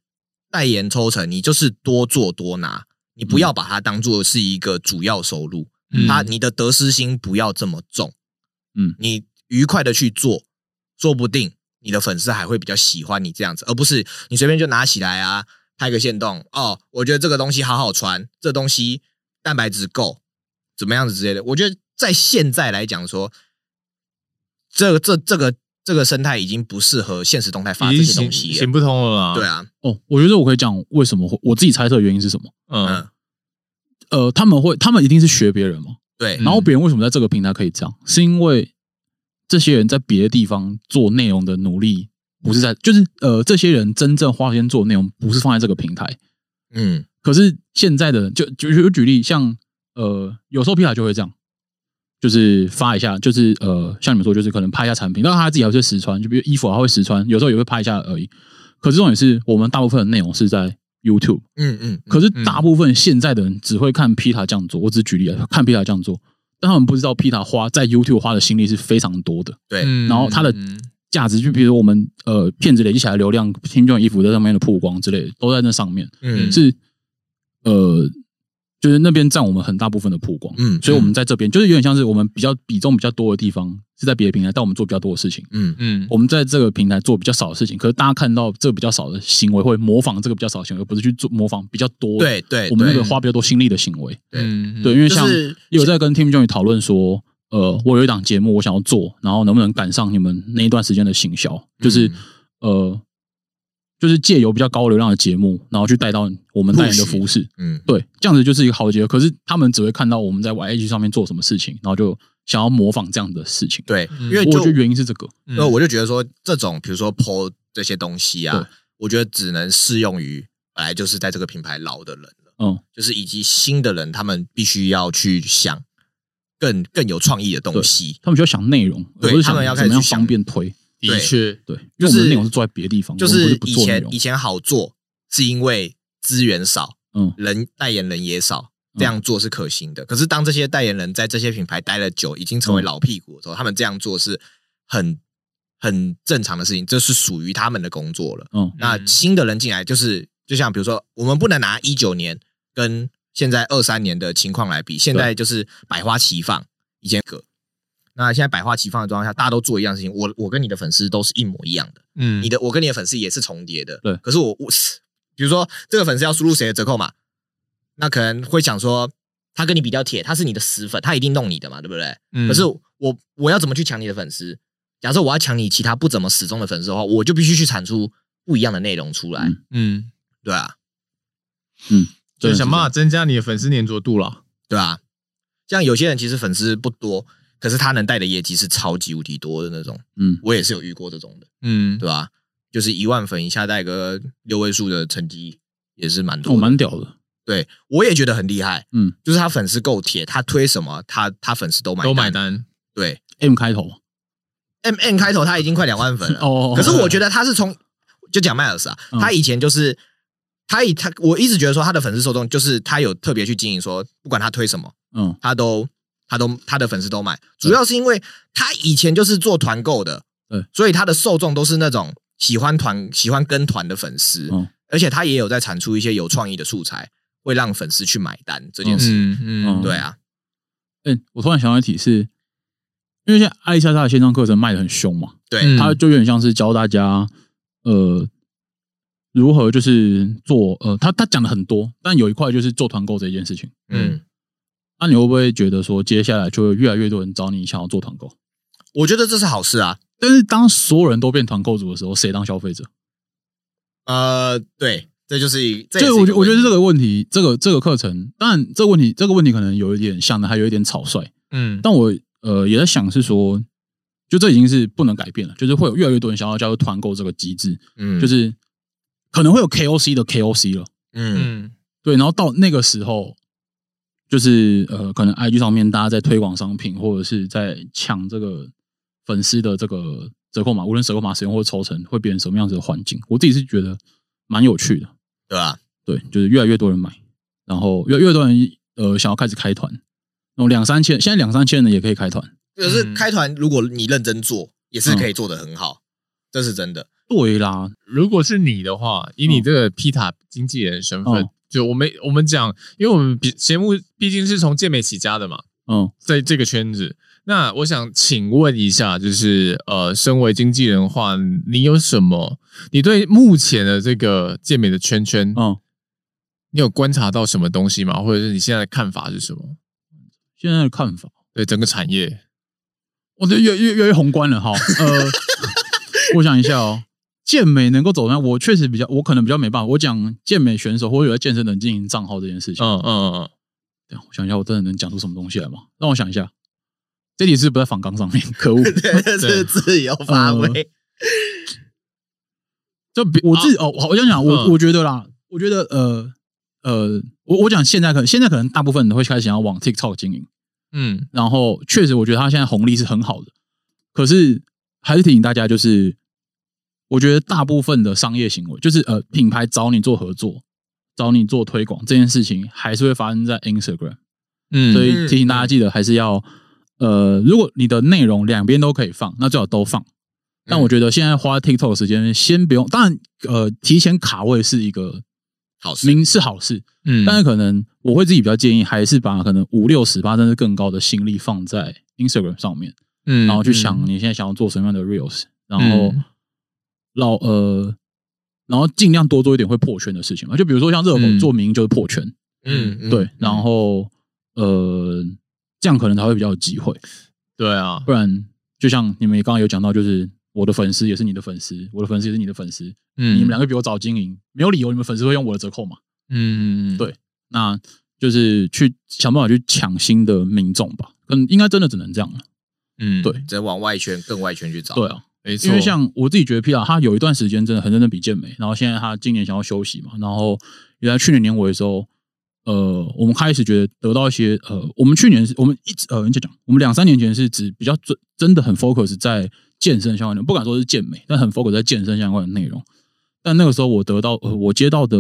Speaker 3: 代言抽成，你就是多做多拿，你不要把它当做是一个主要收入，
Speaker 1: 嗯
Speaker 3: 它你的得失心不要这么重，
Speaker 4: 嗯
Speaker 3: 你愉快的去做，说不定你的粉丝还会比较喜欢你这样子，而不是你随便就拿起来啊，拍个线动哦，我觉得这个东西好好穿，这东西蛋白质够，怎么样子之类的。我觉得在现在来讲说，这这这个这个生态已经不适合现实动态发
Speaker 1: 已
Speaker 3: 这
Speaker 1: 经
Speaker 3: 些
Speaker 1: 行
Speaker 3: 东西
Speaker 1: 行
Speaker 3: 了。
Speaker 1: 不通了啦。
Speaker 3: 对，啊，
Speaker 4: 哦，我觉得我可以讲为什么会我自己猜测的原因是什么？
Speaker 1: 嗯
Speaker 3: 嗯，
Speaker 4: 呃，他们会，他们一定是学别人嘛。
Speaker 3: 对
Speaker 1: 嗯
Speaker 4: 然后别人为什么在这个平台可以这样？是因为这些人在别的地方做内容的努力，不是在，就是呃，这些人真正花时间做内容，不是放在这个平台。
Speaker 3: 嗯，
Speaker 4: 可是现在的就就就举例，像呃，有时候皮卡就会这样，就是发一下，就是呃，像你们说，就是可能拍一下产品，但他自己还会实穿，就比如衣服啊，他会实穿，有时候也会拍一下而已。可是重点是我们大部分的内容是在 YouTube，
Speaker 3: 嗯嗯，
Speaker 4: 可是
Speaker 1: 嗯
Speaker 4: 大部分现在的人只会看皮塔这样做，我只举例啊，看皮塔这样做，但他们不知道皮塔花在 YouTube 花的心力是非常多的。
Speaker 3: 对，
Speaker 1: 嗯
Speaker 4: 然后它的
Speaker 1: 嗯
Speaker 4: 价值就比如我们呃骗子累积起来的流量、
Speaker 1: 嗯
Speaker 4: 听众衣服在上面的曝光之类的，都在那上面。
Speaker 3: 嗯
Speaker 4: 是呃，就是那边占我们很大部分的曝光，
Speaker 3: 嗯
Speaker 4: 所以我们在这边就是有点像是我们比较比重比较多的地方是在别的平台，但我们做比较多的事情。
Speaker 3: 嗯
Speaker 1: 嗯
Speaker 4: 我们在这个平台做比较少的事情，可是大家看到这个比较少的行为，会模仿这个比较少的行为，而不是去做模仿比较多。
Speaker 3: 对对，
Speaker 4: 我们那
Speaker 3: 对
Speaker 4: 个花比较多心力的行为。
Speaker 1: 嗯，
Speaker 4: 对，因为像
Speaker 3: 就是
Speaker 4: 有在跟 Team Joy 讨论说，
Speaker 3: 嗯
Speaker 4: 呃，我有一档节目我想要做，然后能不能赶上你们那一段时间的行销，就是、
Speaker 3: 嗯
Speaker 4: 呃，就是借由比较高流量的节目，然后去带到我们代言的服饰。
Speaker 3: 嗯
Speaker 4: 对，这样子就是一个好的结合。可是他们只会看到我们在 YH 上面做什么事情，然后就想要模仿这样的事情。，
Speaker 3: 对，
Speaker 1: 嗯
Speaker 3: 因为
Speaker 4: 我
Speaker 3: 就
Speaker 4: 觉得原因是这个。
Speaker 1: 嗯
Speaker 3: 那我就觉得说，这种比如说 PO 这些东西
Speaker 4: 对
Speaker 3: 啊，我觉得只能适用于本来就是在这个品牌老的人了，
Speaker 4: 嗯，
Speaker 3: 就是以及新的人，他们必须要去想更更有创意的东西。
Speaker 4: 他们需要想内容，
Speaker 3: 对
Speaker 4: 而不是
Speaker 3: 他们要
Speaker 4: 想
Speaker 3: 开
Speaker 4: 怎
Speaker 3: 始
Speaker 4: 么样
Speaker 3: 去想
Speaker 4: 方便推。
Speaker 1: 的确，
Speaker 4: 对，
Speaker 3: 就
Speaker 4: 因为我们
Speaker 3: 是
Speaker 4: 的内容是做在别的地方，
Speaker 3: 就
Speaker 4: 我们
Speaker 3: 是
Speaker 4: 不
Speaker 3: 以
Speaker 4: 是不做内
Speaker 3: 前
Speaker 4: 容
Speaker 3: 以。前好做，是因为资源少，
Speaker 4: 嗯
Speaker 3: 人代言人也少。这样做是可行的，可是当这些代言人在这些品牌待了久，已经成为
Speaker 4: 嗯
Speaker 3: 老屁股的时候，他们这样做是很很正常的事情，这是属于他们的工作了。
Speaker 4: 嗯
Speaker 3: 那
Speaker 1: 嗯
Speaker 3: 新的人进来，就是就像比如说，我们不能拿一九年跟现在二三年的情况来比，现在就是百花齐放，以前个。那现在百花齐放的状况下，大家都做一样事情，我我跟你的粉丝都是一模一样的，
Speaker 1: 嗯
Speaker 3: 你的我跟你的粉丝也是重叠的。
Speaker 4: 对
Speaker 3: 可是我我，比如说这个粉丝要输入谁的折扣码，那可能会想说，他跟你比较铁，他是你的死粉，他一定弄你的嘛，对不对？
Speaker 1: 嗯
Speaker 3: 可是我我要怎么去抢你的粉丝？假设我要抢你其他不怎么死忠的粉丝的话，我就必须去产出不一样的内容出来，
Speaker 4: 嗯
Speaker 1: 嗯，
Speaker 3: 对啊，
Speaker 1: 就
Speaker 4: 对，
Speaker 1: 想办法增加你的粉丝粘着度啦。
Speaker 3: 对啊。像有些人其实粉丝不多，可是他能带的业绩是超级无敌多的那种，
Speaker 4: 嗯，
Speaker 3: 我也是有遇过这种的，
Speaker 1: 嗯
Speaker 3: 对，吧、就是一万粉以下带个六位数的成绩也是蛮
Speaker 4: 我
Speaker 3: 多的，
Speaker 4: 哦蛮屌的。
Speaker 3: 对我也觉得很厉害，
Speaker 4: 嗯
Speaker 3: 就是他粉丝够铁，他推什么他他粉丝都买
Speaker 1: 都买
Speaker 3: 单，
Speaker 1: 单，
Speaker 3: 对
Speaker 4: ，M 开头。
Speaker 3: M N 开头他已经快两万粉了，
Speaker 4: 哦，
Speaker 3: 可是我觉得他是从就讲迈尔斯啊，
Speaker 4: 嗯
Speaker 3: 他以前就是他以他我一直觉得说他的粉丝受众就是他有特别去经营说，不管他推什么，
Speaker 4: 嗯
Speaker 3: 他都他都他的粉丝都买，主要是因为他以前就是做团购的，
Speaker 4: 对，
Speaker 3: 所以他的受众都是那种喜欢团喜欢跟团的粉丝，
Speaker 4: 嗯
Speaker 3: 而且他也有在产出一些有创意的素材，会让粉丝去买单这件事，
Speaker 1: 嗯嗯
Speaker 4: 嗯
Speaker 3: 对啊，
Speaker 4: 哎、我突然想到一题是，因为现在艾莎莎的线上课程卖的很凶嘛，
Speaker 3: 对，
Speaker 1: 嗯
Speaker 4: 它就有点像是教大家，呃，如何就是做，呃，他他讲的很多，但有一块就是做团购这件事情。
Speaker 3: 嗯，
Speaker 4: 那、你会不会觉得说，接下来就会越来越多人找你想要做团购？
Speaker 3: 我觉得这是好事啊，
Speaker 4: 但是当所有人都变团购主的时候，谁当消费者？
Speaker 3: 呃，对，这就是一，这也是
Speaker 4: 对，
Speaker 3: 一
Speaker 4: 我觉我觉得这
Speaker 3: 问题
Speaker 4: 个问题，这个这个课程，当然这个问题这个问题可能有一点像的，还有一点草率。
Speaker 1: 嗯
Speaker 4: 但我呃也在想是说，就这已经是不能改变了，就是会有越来越多人想要加入团购这个机制，
Speaker 3: 嗯
Speaker 4: 就是可能会有 KOC 的 KOC 了，
Speaker 3: 嗯
Speaker 1: 嗯
Speaker 4: 对，然后到那个时候，就是呃可能 IG 上面大家在推广商品或者是在抢这个粉丝的这个折扣码，无论折扣码使用或抽成，会变成什么样子的环境？我自己是觉得蛮有趣的，
Speaker 3: 对啊吧、
Speaker 4: 对，就是越来越多人买，然后越来越多人呃想要开始开团。那种两三千，现在两三千人也可以开团，
Speaker 3: 可是
Speaker 1: 嗯
Speaker 3: 开团，如果你认真做，也是可以做得很
Speaker 4: 嗯
Speaker 3: 好，这是真的。
Speaker 4: 对啦，
Speaker 1: 如果是你的话，以你这个 P 塔经纪人身份，
Speaker 4: 嗯
Speaker 1: 就我们我们讲，因为我们比节目毕竟是从健美起家的嘛，
Speaker 4: 嗯，
Speaker 1: 在这个圈子。那我想请问一下，就是呃，身为经纪人的话，你有什么？你对目前的这个健美的圈圈，
Speaker 4: 嗯，
Speaker 1: 你有观察到什么东西吗？或者是你现在的看法是什么？
Speaker 4: 现在的看法，
Speaker 1: 对整个产业，
Speaker 4: 我觉得越越越来越宏观了哈。呃，我想一下哦，健美能够走上，我确实比较，我可能比较没办法。我讲健美选手或者有在健身的人经营账号这件事情，
Speaker 1: 嗯嗯嗯，
Speaker 4: 等一下我想一下，我真的能讲出什么东西来吗？让我想一下，这题是不是在反纲上面？ 可 恶！
Speaker 3: 这是自由发
Speaker 4: 嗯
Speaker 3: 挥，
Speaker 4: 就比我自己、哦，我我想想，我、
Speaker 1: 嗯
Speaker 4: 我觉得啦，我觉得呃呃，我我讲现在可能现在可能大部分人会开始想要往 TikTok 经营，
Speaker 1: 嗯
Speaker 4: 然后确实，我觉得他现在红利是很好的，可是还是提醒大家，就是我觉得大部分的商业行为，就是呃品牌找你做合作、找你做推广这件事情，还是会发生在 Instagram，、
Speaker 1: 嗯，
Speaker 4: 所以提醒大家记得还是要呃，如果你的内容两边都可以放，那最好都放。但我觉得现在花 TikTok 的时间，先不用，当然呃提前卡位是一个
Speaker 3: 好事，
Speaker 4: 明是好事，
Speaker 1: 嗯，
Speaker 4: 但是可能我会自己比较建议，还是把可能五六十八甚至更高的心力放在 Instagram 上面，
Speaker 1: 嗯
Speaker 4: 然后去想你现在想要做什么样的 reels，然后
Speaker 1: 嗯
Speaker 4: 老呃，然后尽量多做一点会破圈的事情嘛。就比如说像热狗
Speaker 1: 嗯
Speaker 4: 做名就是破圈，
Speaker 3: 嗯，嗯
Speaker 4: 对，然后呃，这样可能才会比较有机会。
Speaker 1: 对啊，
Speaker 4: 不然就像你们刚刚有讲到，就是我的粉丝也是你的粉丝，我的粉丝也是你的粉丝，
Speaker 1: 嗯，
Speaker 4: 你们两个比我早经营，没有理由你们粉丝会用我的折扣嘛？
Speaker 1: 嗯，嗯，嗯
Speaker 4: 对那就是去想办法去抢新的民众吧。嗯，应该真的只能这样了。
Speaker 1: 嗯，
Speaker 4: 对
Speaker 3: 再往外圈更外圈去找，
Speaker 4: 对啊，
Speaker 1: 没错，
Speaker 4: 因为像我自己觉得 P R 他有一段时间真的很认真比健美，然后现在他今年想要休息嘛，然后原来去年年尾的时候，呃，我们开始觉得得到一些呃，我们去年是我们一直呃，你就讲我们两三年前是指比较真真的很 focus 在健身相关的，不敢说是健美，但很 focus 在健身相关的内容。但那个时候我得到呃，我接到的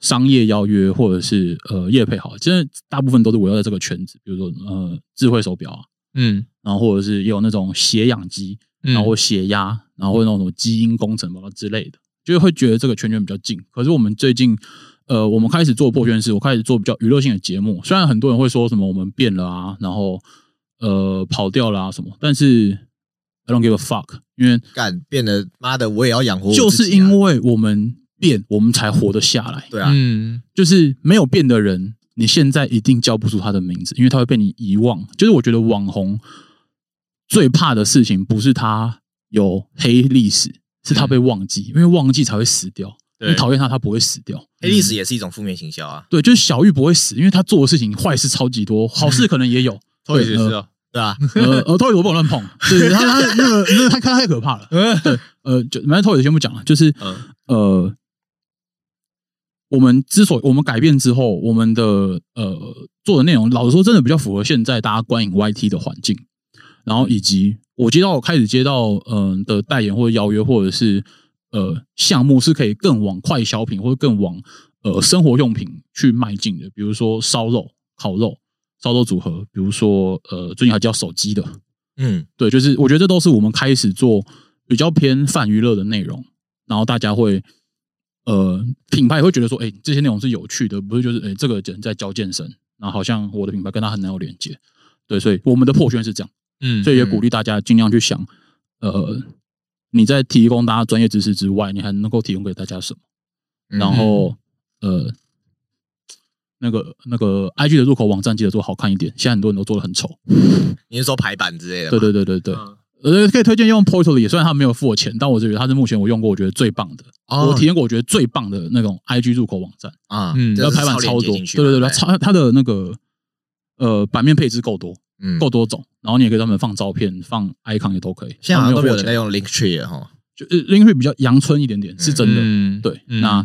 Speaker 4: 商业邀约或者是呃业配好，真的大部分都是围绕在这个圈子，比如说呃智慧手表啊，
Speaker 1: 嗯，
Speaker 4: 然后或者是也有那种血氧机，
Speaker 1: 嗯
Speaker 4: 然后血压，然后或者那种什么基因工程吧之类的，就会觉得这个圈圈比较近。可是我们最近，呃，我们开始做破圈式，我开始做比较娱乐性的节目。虽然很多人会说什么我们变了啊，然后呃跑掉了啊什么，但是 I don't give a fuck，因为
Speaker 3: 干变得妈的，我也要养活我自己啊，
Speaker 4: 就是因为我们变，我们才活得下来。
Speaker 3: 对啊，
Speaker 1: 嗯，
Speaker 4: 就是没有变的人，你现在一定叫不出他的名字，因为他会被你遗忘。就是我觉得网红最怕的事情，不是他有黑历史，是他被忘记，因为忘记才会死掉。
Speaker 1: 对
Speaker 4: 你讨厌他，他不会死掉。
Speaker 3: 黑历史也是一种负面行销啊，
Speaker 4: 对，就是小玉不会死，因为他做的事情坏事超级多，好事可能也有。
Speaker 1: 偷也是啊，
Speaker 3: 对啊，
Speaker 4: 呃，呃，偷鱼我不能乱碰， 对他他那个那个他他太可怕了。对，呃，就反正偷鱼先不讲了，就是
Speaker 1: 嗯
Speaker 4: 呃，我们之所以我们改变之后，我们的呃做的内容，老实说，真的比较符合现在大家观影 YT 的环境。然后以及我接到我开始接到嗯、呃的代言或者邀约，或者是呃项目是可以更往快消品或者更往呃生活用品去迈进的，比如说烧肉、烤肉、烧肉组合，比如说呃最近还叫手机的，
Speaker 3: 嗯，
Speaker 4: 对，就是我觉得这都是我们开始做比较偏泛娱乐的内容，然后大家会呃品牌也会觉得说，哎、这些内容是有趣的，不是就是哎、这个人在教健身，然后好像我的品牌跟他很难有连接，对，所以我们的破圈是这样，
Speaker 1: 嗯，
Speaker 4: 所以也鼓励大家尽量去想，呃，你在提供大家专业知识之外，你还能够提供给大家什么？
Speaker 3: 嗯
Speaker 4: 然后呃，那个那个 IG 的入口网站记得做好看一点，现在很多人都做的很丑，
Speaker 3: 你是说排版之类的，
Speaker 4: 对，对对对对。
Speaker 1: 嗯
Speaker 4: 呃，可以推荐用 Portly，虽然他没有付我钱，但我觉得他是目前我用过我觉得最棒的，
Speaker 3: 哦
Speaker 4: 我体验过我觉得最棒的那种 IG 入口网站，
Speaker 3: 啊，
Speaker 1: 嗯
Speaker 3: 这
Speaker 4: 然
Speaker 3: 是
Speaker 4: 后排版
Speaker 3: 连
Speaker 4: 超
Speaker 3: 接
Speaker 4: 多，
Speaker 3: 进去
Speaker 4: 对
Speaker 3: 嘛
Speaker 4: 对对，超它的那个呃版面配置够多，
Speaker 3: 嗯
Speaker 4: 够多种，然后你也可以专门放照片、放 icon 也都可以。
Speaker 3: 现在好像都没有人
Speaker 4: 人
Speaker 3: 在用 Link Tree 了哈，
Speaker 4: 就呃 l i n k 比较阳春一点点，是真的。
Speaker 1: 嗯
Speaker 4: 对，
Speaker 1: 嗯
Speaker 4: 那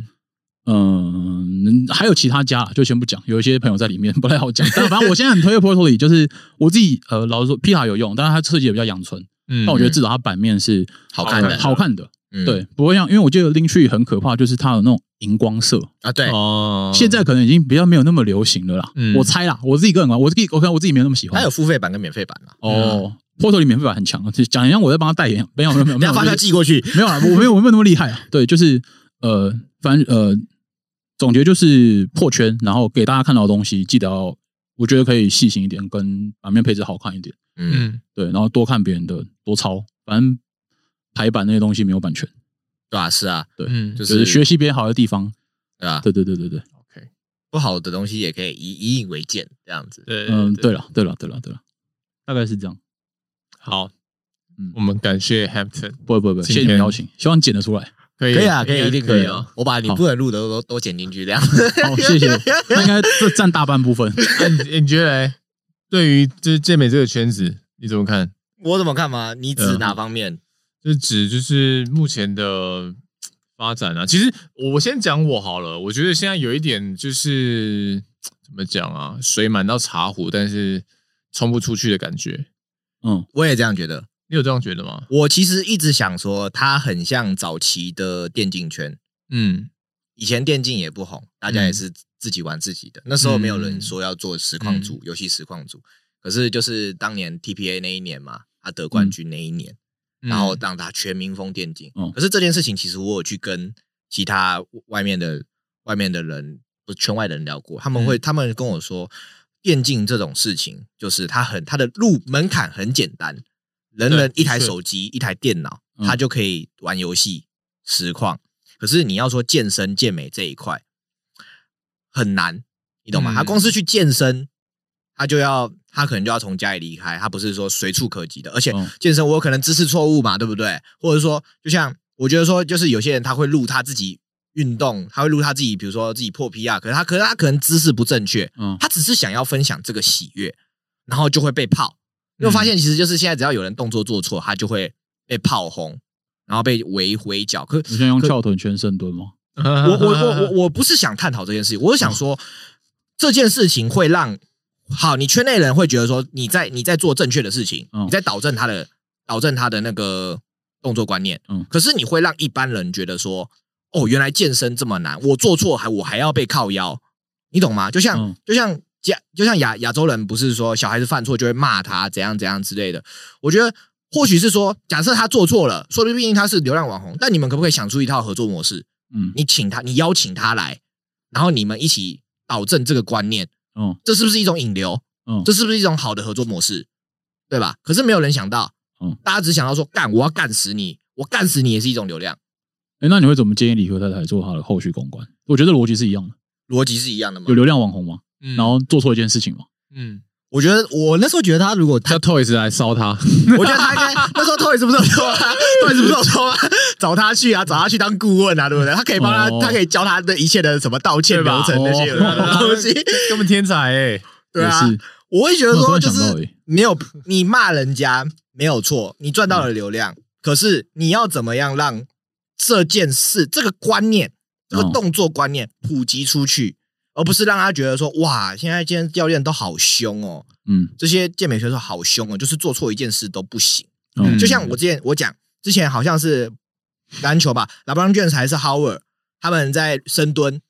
Speaker 4: 呃嗯，还有其他家啦就先不讲，有一些朋友在里面不太好讲。但反正我现在很推荐 Portly，就是我自己呃，老实说 P 塔有用，但是它设计也比较阳春，
Speaker 1: 嗯，
Speaker 4: 但我觉得至少它版面是
Speaker 3: 好看的，
Speaker 4: 好看的。
Speaker 3: 嗯
Speaker 4: 对，不会像，因为我记得 Link Tree 很可怕，就是它有那种荧光色，
Speaker 3: 啊，对，
Speaker 1: 哦，
Speaker 4: 哎现在可能已经比较没有那么流行了啦。
Speaker 1: 嗯
Speaker 4: 我猜啦，我自己个人玩，我自己我看我自己没有那么喜欢
Speaker 3: 它有。付费版跟免费版嘛，啊
Speaker 4: 哦，Portal 里免费版很强，就讲一下我在帮他代言，没有没有没 有
Speaker 3: 你
Speaker 4: 没
Speaker 3: 要
Speaker 4: 有
Speaker 3: 发票
Speaker 4: 就是
Speaker 3: 寄过去，
Speaker 4: 没有啦，我没有我没有那么厉害啊。对，就是呃，反正呃，总结就是破圈，然后给大家看到的东西，记得要我觉得可以细心一点，跟版面配置好看一点。
Speaker 3: 嗯，
Speaker 1: 嗯
Speaker 4: 对，然后多看别人的，多抄，反正排版那些东西没有版权，
Speaker 3: 对啊，是啊，
Speaker 4: 对
Speaker 1: 嗯，
Speaker 3: 就
Speaker 4: 就是
Speaker 3: 是
Speaker 4: 学习别人好的地方。
Speaker 3: 对吧
Speaker 4: 对对对对对。
Speaker 3: ？OK，不好的东西也可以以以引为鉴，这样子，
Speaker 1: 对，
Speaker 4: 嗯，对，了，对了，对了，对了，大概是这样。
Speaker 1: 好
Speaker 4: 嗯，
Speaker 1: 我们感谢 Hampton，
Speaker 4: 不会不会不会，
Speaker 1: 今
Speaker 4: 谢谢你们
Speaker 1: 天
Speaker 4: 邀请，希望剪 得出来。
Speaker 1: 可以
Speaker 3: 可以啊，可以，一定可以
Speaker 1: 啊
Speaker 3: 啊，，我把你
Speaker 4: 好
Speaker 3: 不能录的都都都剪进去，这样，
Speaker 4: 好，谢谢。那应该这占大半部分。
Speaker 1: 那哦 你你觉得嘞？对于就是健美这个圈子，你怎么看？
Speaker 3: 我怎么看嘛？你指
Speaker 1: 嗯
Speaker 3: 哪方面？
Speaker 1: 就是指就是目前的发展啊。其实我我先讲我好了，我觉得现在有一点就是怎么讲啊，水满到茶壶，但是冲不出去的感觉。
Speaker 4: 嗯
Speaker 3: 我也这样觉得，
Speaker 1: 你有这样觉得吗？
Speaker 3: 我其实一直想说，它很像早期的电竞圈，
Speaker 1: 嗯
Speaker 3: 以前电竞也不红，大家也是自己玩自己的。那时候没有人说要做实况组、游戏实况组，可是就是当年 TPA 那一年嘛，他得冠军那一年，
Speaker 1: 嗯
Speaker 3: 然后让他全民疯电竞。
Speaker 4: 嗯
Speaker 3: 可是这件事情，其实我有去跟其他外面的外面的人，不是圈外的人聊过，他们会、他们跟我说，电竞这种事情，就是它很它的入门槛很简单，人人
Speaker 1: 对
Speaker 3: 一台
Speaker 1: 是
Speaker 3: 手机、一台电脑，
Speaker 4: 嗯
Speaker 3: 他就可以玩游戏实况。可是你要说健身健美这一块很难，你懂吗？
Speaker 1: 嗯
Speaker 3: 他光是去健身，他就要他可能就要从家里离开，他不是说随处可及的。而且
Speaker 4: 嗯
Speaker 3: 健身我有可能姿势错误嘛，对不对？或者说，就像我觉得说，就是有些人他会录他自己运动，他会录他自己，比如说自己破 P 啊，可是他可是他可能姿势不正确，
Speaker 4: 嗯，
Speaker 3: 他只是想要分享这个喜悦，然后就会被泡。因为我发现其实就是现在只要有人动作做错，他就会被炮轰，然后被围围剿。可
Speaker 4: 你想用翘臀圈深蹲吗？
Speaker 1: 我
Speaker 3: 我我我 我我不是想探讨这件事情，我是想说、这件事情会让好，你圈内人会觉得说你在你在做正确的事情，
Speaker 4: 嗯
Speaker 3: 你在导正他的导正他的那个动作观念，
Speaker 4: 嗯
Speaker 3: 可是你会让一般人觉得说，哦，原来健身这么难，我做错还我还要被靠腰，你懂吗？就像、
Speaker 4: 嗯
Speaker 3: 就像亚就像亚亚洲人不是说小孩子犯错就会骂他怎样怎样之类的，我觉得。或许是说，假设他做错了，说不定他是流量网红，但你们可不可以想出一套合作模式？
Speaker 4: 嗯
Speaker 3: 你请他，你邀请他来，然后你们一起导正这个观念，
Speaker 4: 嗯
Speaker 3: 这是不是一种引流？
Speaker 4: 嗯，
Speaker 3: 这是不是一种好的合作模式？对吧？可是没有人想到，
Speaker 4: 嗯
Speaker 3: 大家只想到说干，我要干死你，我干死你也是一种流量，
Speaker 4: 哎，那你会怎么建议李和太太做她的后续公关？我觉得逻辑是一样的，
Speaker 3: 逻辑是一样的吗
Speaker 4: 有？流量网红嘛，
Speaker 1: 嗯
Speaker 4: 然后做错一件事情嘛，
Speaker 1: 嗯，
Speaker 3: 我觉得我那时候觉得他如果 他
Speaker 1: 叫 Toys 来烧 他，
Speaker 3: 我觉得他应该那时候 Toys 不是有 说啊，Toys 不是有说啊，找他去啊，找他去当顾问啊，对不对？他可以帮他，
Speaker 4: 哦
Speaker 3: 他可以教他的一切的什么道歉
Speaker 1: 对吧
Speaker 3: 流程那些有的没的
Speaker 1: 哦
Speaker 3: 东西，
Speaker 1: 根本天才哎，
Speaker 3: 对
Speaker 4: 也
Speaker 3: 啊。
Speaker 4: 是
Speaker 3: 我会觉得说，就
Speaker 4: 我突然想到
Speaker 3: 是
Speaker 4: 欸
Speaker 3: 没有你骂人家没有错，你赚到了流量，可是你要怎么样让这件事、这个观念、这个
Speaker 4: 嗯
Speaker 3: 动作观念普及出去，而不是让他觉得说，哇，现在健身教练都好凶哦，
Speaker 4: 嗯
Speaker 3: 这些健美选手好凶哦，就是做错一件事都不行。
Speaker 4: 嗯
Speaker 3: 就像我之前我讲，之前好像是篮球吧，拉布朗卷还是 Howard 他们在深蹲，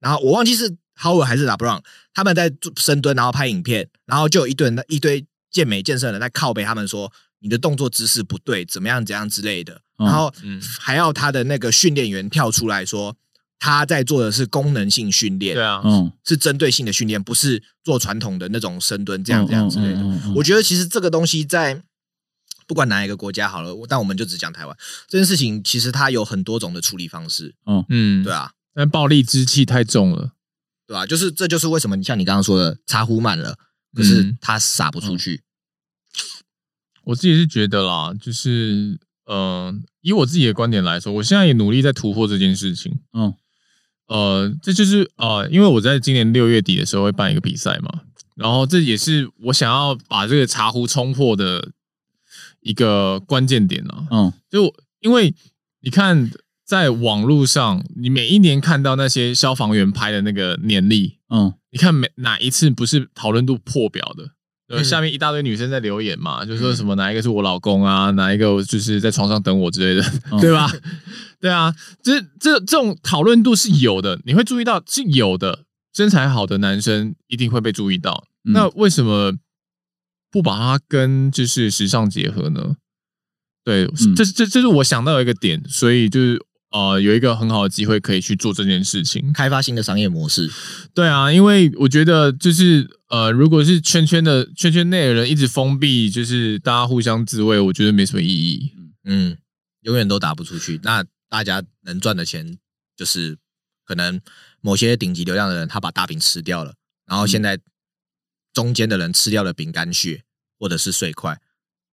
Speaker 3: 然后我忘记是 Howard 还是拉布朗，他们在做深蹲，然后拍影片，然后就有一堆人一堆健美健身的人在靠背他们说你的动作姿势不对，怎么样怎样之类的，
Speaker 4: 嗯
Speaker 3: 然后
Speaker 1: 嗯
Speaker 3: 还要他的那个训练员跳出来说他在做的是功能性训练，
Speaker 1: 对啊，
Speaker 4: 嗯
Speaker 3: 是针对性的训练，不是做传统的那种深蹲这样这样之类的。
Speaker 4: 嗯嗯嗯嗯
Speaker 3: 我觉得其实这个东西在不管哪一个国家好了，我但我们就只讲台湾这件事情，其实它有很多种的处理方式，
Speaker 1: 嗯，
Speaker 3: 对，啊，
Speaker 1: 但暴力之气太重了，
Speaker 3: 对啊，就是这就是为什么像你刚刚说的，茶壶满了，可是
Speaker 1: 嗯
Speaker 3: 它撒不出去，
Speaker 1: 我自己是觉得啦，就是呃，以我自己的观点来说，我现在也努力在突破这件事情。
Speaker 4: 嗯
Speaker 1: 呃，这就是呃，因为我在今年六月底的时候会办一个比赛嘛，然后这也是我想要把这个茶壶冲破的一个关键点啊。
Speaker 4: 嗯
Speaker 1: 就因为你看，在网络上，你每一年看到那些消防员拍的那个年历，
Speaker 4: 嗯
Speaker 1: 你看每哪一次不是讨论度破表的？对，
Speaker 3: 嗯
Speaker 1: 下面一大堆女生在留言嘛，就
Speaker 4: 嗯
Speaker 1: 说什么哪一个是我老公啊，哪一个就是在床上等我之类的，
Speaker 4: 嗯
Speaker 1: 对吧？对啊，这这这种讨论度是有的，你会注意到是有的，身材好的男生一定会被注意到。
Speaker 4: 嗯
Speaker 1: 那为什么不把它跟就是时尚结合呢？对，
Speaker 4: 嗯
Speaker 1: 这这这是我想到的一个点，所以就是呃，有一个很好的机会可以去做这件事情。
Speaker 3: 开发新的商业模式。
Speaker 1: 对啊，因为我觉得就是呃，如果是圈圈的圈圈内的人一直封闭，就是大家互相自慰，我觉得没什么意义。
Speaker 3: 嗯，永远都打不出去。那大家能赚的钱，就是可能某些顶级流量的人，他把大饼吃掉了，然后
Speaker 1: 嗯
Speaker 3: 现在中间的人吃掉了饼干屑或者是碎块，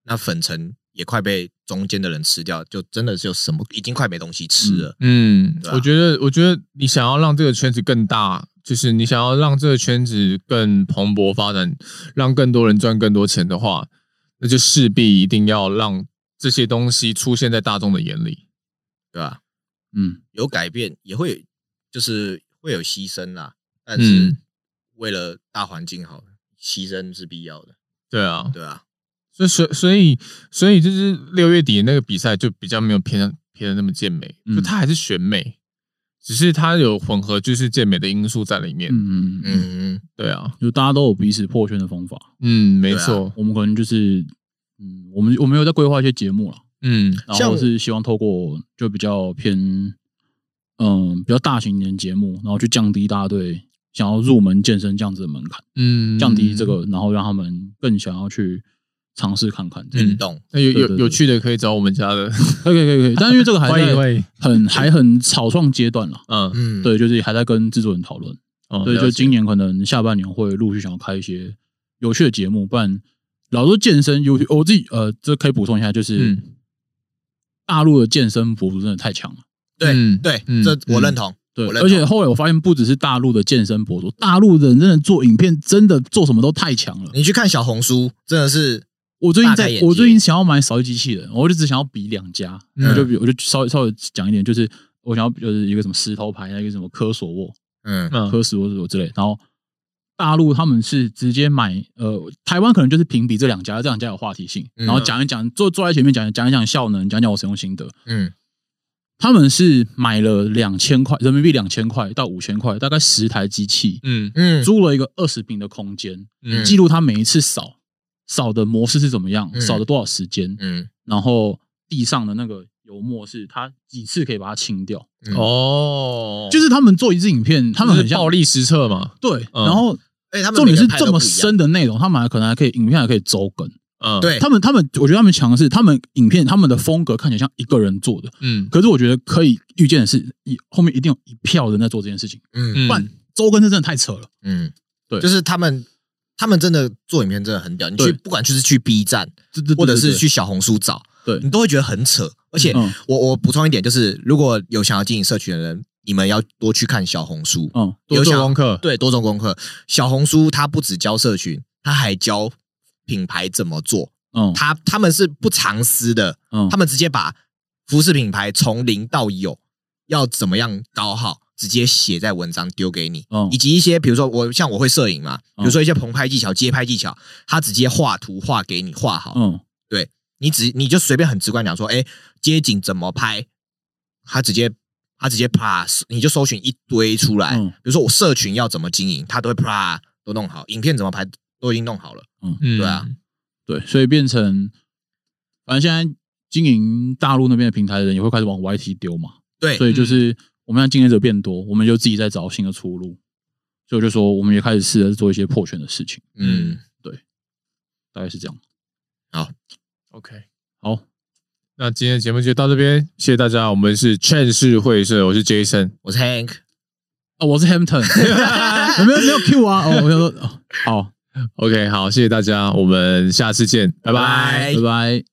Speaker 3: 那粉尘也快被中间的人吃掉，就真的就什么已经快没东西吃了。
Speaker 1: 嗯
Speaker 3: 对，啊
Speaker 1: 我觉得，我觉得你想要让这个圈子更大，就是你想要让这个圈子更蓬勃发展，让更多人赚更多钱的话，那就势必一定要让这些东西出现在大众的眼里。
Speaker 3: 对吧？
Speaker 4: 嗯
Speaker 3: 有改变也会有就是会有牺牲啦，但是
Speaker 1: 嗯
Speaker 3: 为了大环境好，牺牲是必要的，
Speaker 1: 对啊，
Speaker 3: 对啊，
Speaker 1: 所以所所以所以就是六月底那个比赛就比较没有偏偏的那么健美，
Speaker 4: 嗯
Speaker 1: 就它还是选美，只是它有混合就是健美的因素在里面。
Speaker 4: 嗯嗯嗯，
Speaker 3: 嗯，
Speaker 1: 对啊，
Speaker 4: 就大家都有彼此破圈的方法。
Speaker 1: 嗯，没
Speaker 3: 对啊
Speaker 1: 错，
Speaker 4: 我们可能就是嗯，我们我们有在规划一些节目了，
Speaker 1: 嗯
Speaker 4: 然
Speaker 3: 像
Speaker 4: 后是希望透过就比较偏嗯比较大型一点的节目，然后去降低大家对想要入门健身这样子的门槛，
Speaker 1: 嗯
Speaker 4: 降低这个，然后让他们更想要去尝试看看。
Speaker 1: 嗯
Speaker 4: 这样
Speaker 3: 运动，
Speaker 1: 那有
Speaker 4: 对对
Speaker 1: 有
Speaker 4: 对
Speaker 1: 有趣的可以找我们家的，
Speaker 4: 可以可以可以可以， 但因为这个还
Speaker 1: 欢迎欢
Speaker 4: 在
Speaker 1: 迎
Speaker 4: 很还很草创阶段啦。
Speaker 1: 嗯，
Speaker 3: 嗯，
Speaker 4: 对，就是还在跟制作人讨论。
Speaker 1: 哦
Speaker 4: 对，
Speaker 1: 了
Speaker 4: 就
Speaker 1: 解
Speaker 4: 今年可能下半年会陆续想要开一些有趣的节目，不然老说健身有我自己呃，这可以补充一下，就是、
Speaker 1: 嗯
Speaker 4: 大陆的健身博主真的太强了。
Speaker 3: 对
Speaker 1: 嗯
Speaker 3: 对
Speaker 1: 嗯，
Speaker 3: 这我认同，
Speaker 4: 对，
Speaker 3: 我认
Speaker 4: 而
Speaker 3: 同
Speaker 4: 且后来我发现，不只是大陆的健身博主，大陆人真的做影片，真的做什么都太强了。
Speaker 3: 你去看小红书，真的是
Speaker 4: 我最近
Speaker 3: 大开
Speaker 4: 在
Speaker 3: 眼，界
Speaker 4: 我最近想要买扫地机器人，我就只想要比两家，
Speaker 1: 嗯
Speaker 4: 我就比我就稍微稍微讲一点，就是我想要就是一个什么石头牌，一个什么科索沃，
Speaker 3: 嗯
Speaker 1: 嗯
Speaker 4: 科室或者之类。然后大陆他们是直接买，呃，台湾可能就是评比这两家，这两家有话题性，
Speaker 3: 嗯
Speaker 4: 然后讲一讲，坐坐在前面讲讲一讲效能，讲一讲我使用心得。
Speaker 3: 嗯
Speaker 4: 他们是买了两千块人民币，两千块到五千块，大概十台机器，
Speaker 1: 嗯
Speaker 3: 嗯
Speaker 4: 租了一个二十平的空间，
Speaker 1: 嗯
Speaker 4: 记录他每一次扫扫的模式是怎么样，
Speaker 3: 嗯
Speaker 4: 扫了多少时间，
Speaker 3: 嗯
Speaker 4: 然后地上的那个油墨是他几次可以把它清掉。
Speaker 3: 嗯
Speaker 1: 哦，
Speaker 4: 嗯就是是他们做一支影片，他们很
Speaker 1: 是
Speaker 4: 像
Speaker 1: 暴力实测嘛，
Speaker 4: 对，
Speaker 1: 嗯
Speaker 4: 然后
Speaker 3: 而且哎他们
Speaker 4: 重
Speaker 3: 每个
Speaker 4: 点是
Speaker 3: 人拍的
Speaker 4: 这
Speaker 3: 都
Speaker 4: 么
Speaker 3: 不一样
Speaker 4: 深的内容，他们还可能还可以影片还可以周更。
Speaker 1: 嗯，
Speaker 3: 对
Speaker 4: 他们他们，我觉得他们强的是他们影片他们的风格看起来像一个人做的，
Speaker 1: 嗯
Speaker 4: 可是我觉得可以预见的是，一后面一定有一票人在做这件事情，
Speaker 3: 嗯
Speaker 1: 嗯
Speaker 4: 不然周更是真的太扯了。
Speaker 3: 嗯，
Speaker 4: 对
Speaker 3: 就是他们他们真的做影片真的很屌，你去
Speaker 4: 对
Speaker 3: 不管就是去 B 站
Speaker 4: 对对对
Speaker 3: 或者
Speaker 4: 对
Speaker 3: 是
Speaker 4: 对
Speaker 3: 去小红书找，
Speaker 4: 对
Speaker 3: 你都会觉得很扯。而且
Speaker 4: 嗯
Speaker 3: 我我补充一点，就是如果有想要经营社群的人，你们要多去看小红书，
Speaker 4: 嗯，
Speaker 1: 多
Speaker 3: 有
Speaker 1: 做
Speaker 3: 想
Speaker 1: 功课，
Speaker 3: 对，多种功课。小红书它不只教社群，它还教品牌怎么做。
Speaker 4: 嗯
Speaker 3: 它他们是不藏私的，
Speaker 4: 嗯
Speaker 3: 他们直接把服饰品牌从零到有要怎么样搞好，直接写在文章丢给你，
Speaker 4: 嗯
Speaker 3: 以及一些比如说我像我会摄影嘛，比
Speaker 4: 嗯
Speaker 3: 如说一些棚拍技巧、街拍技巧，他直接画图画给你画好，
Speaker 4: 嗯
Speaker 3: 你只你就随便很直观讲说，哎，街景怎么拍，他直接。他直接啪，你就搜寻一堆出来，
Speaker 4: 嗯
Speaker 3: 比如说我社群要怎么经营，他都会啪都弄好，影片怎么拍都已经弄好了。
Speaker 1: 嗯
Speaker 3: 对啊，
Speaker 4: 对，所以变成反正现在经营大陆那边的平台的人也会开始往 YT 丢嘛，
Speaker 3: 对，嗯
Speaker 4: 所以就是我们让竞争者变多，我们就自己在找新的出路。所以我就说，我们也开始试着做一些破圈的事情，
Speaker 3: 嗯，
Speaker 4: 大概是这样。
Speaker 1: ，OK。
Speaker 4: 好，啊
Speaker 1: 那今天的节目就到这边，谢谢大家。我们是劝世会社，我是 Jason，
Speaker 3: 我是 Hank，
Speaker 4: 啊，我是 Hampton，有 没有没有 Q 啊？哦，我想说，哦好，
Speaker 1: OK，好，谢谢大家，我们下次见，拜拜
Speaker 3: 拜
Speaker 4: 拜拜。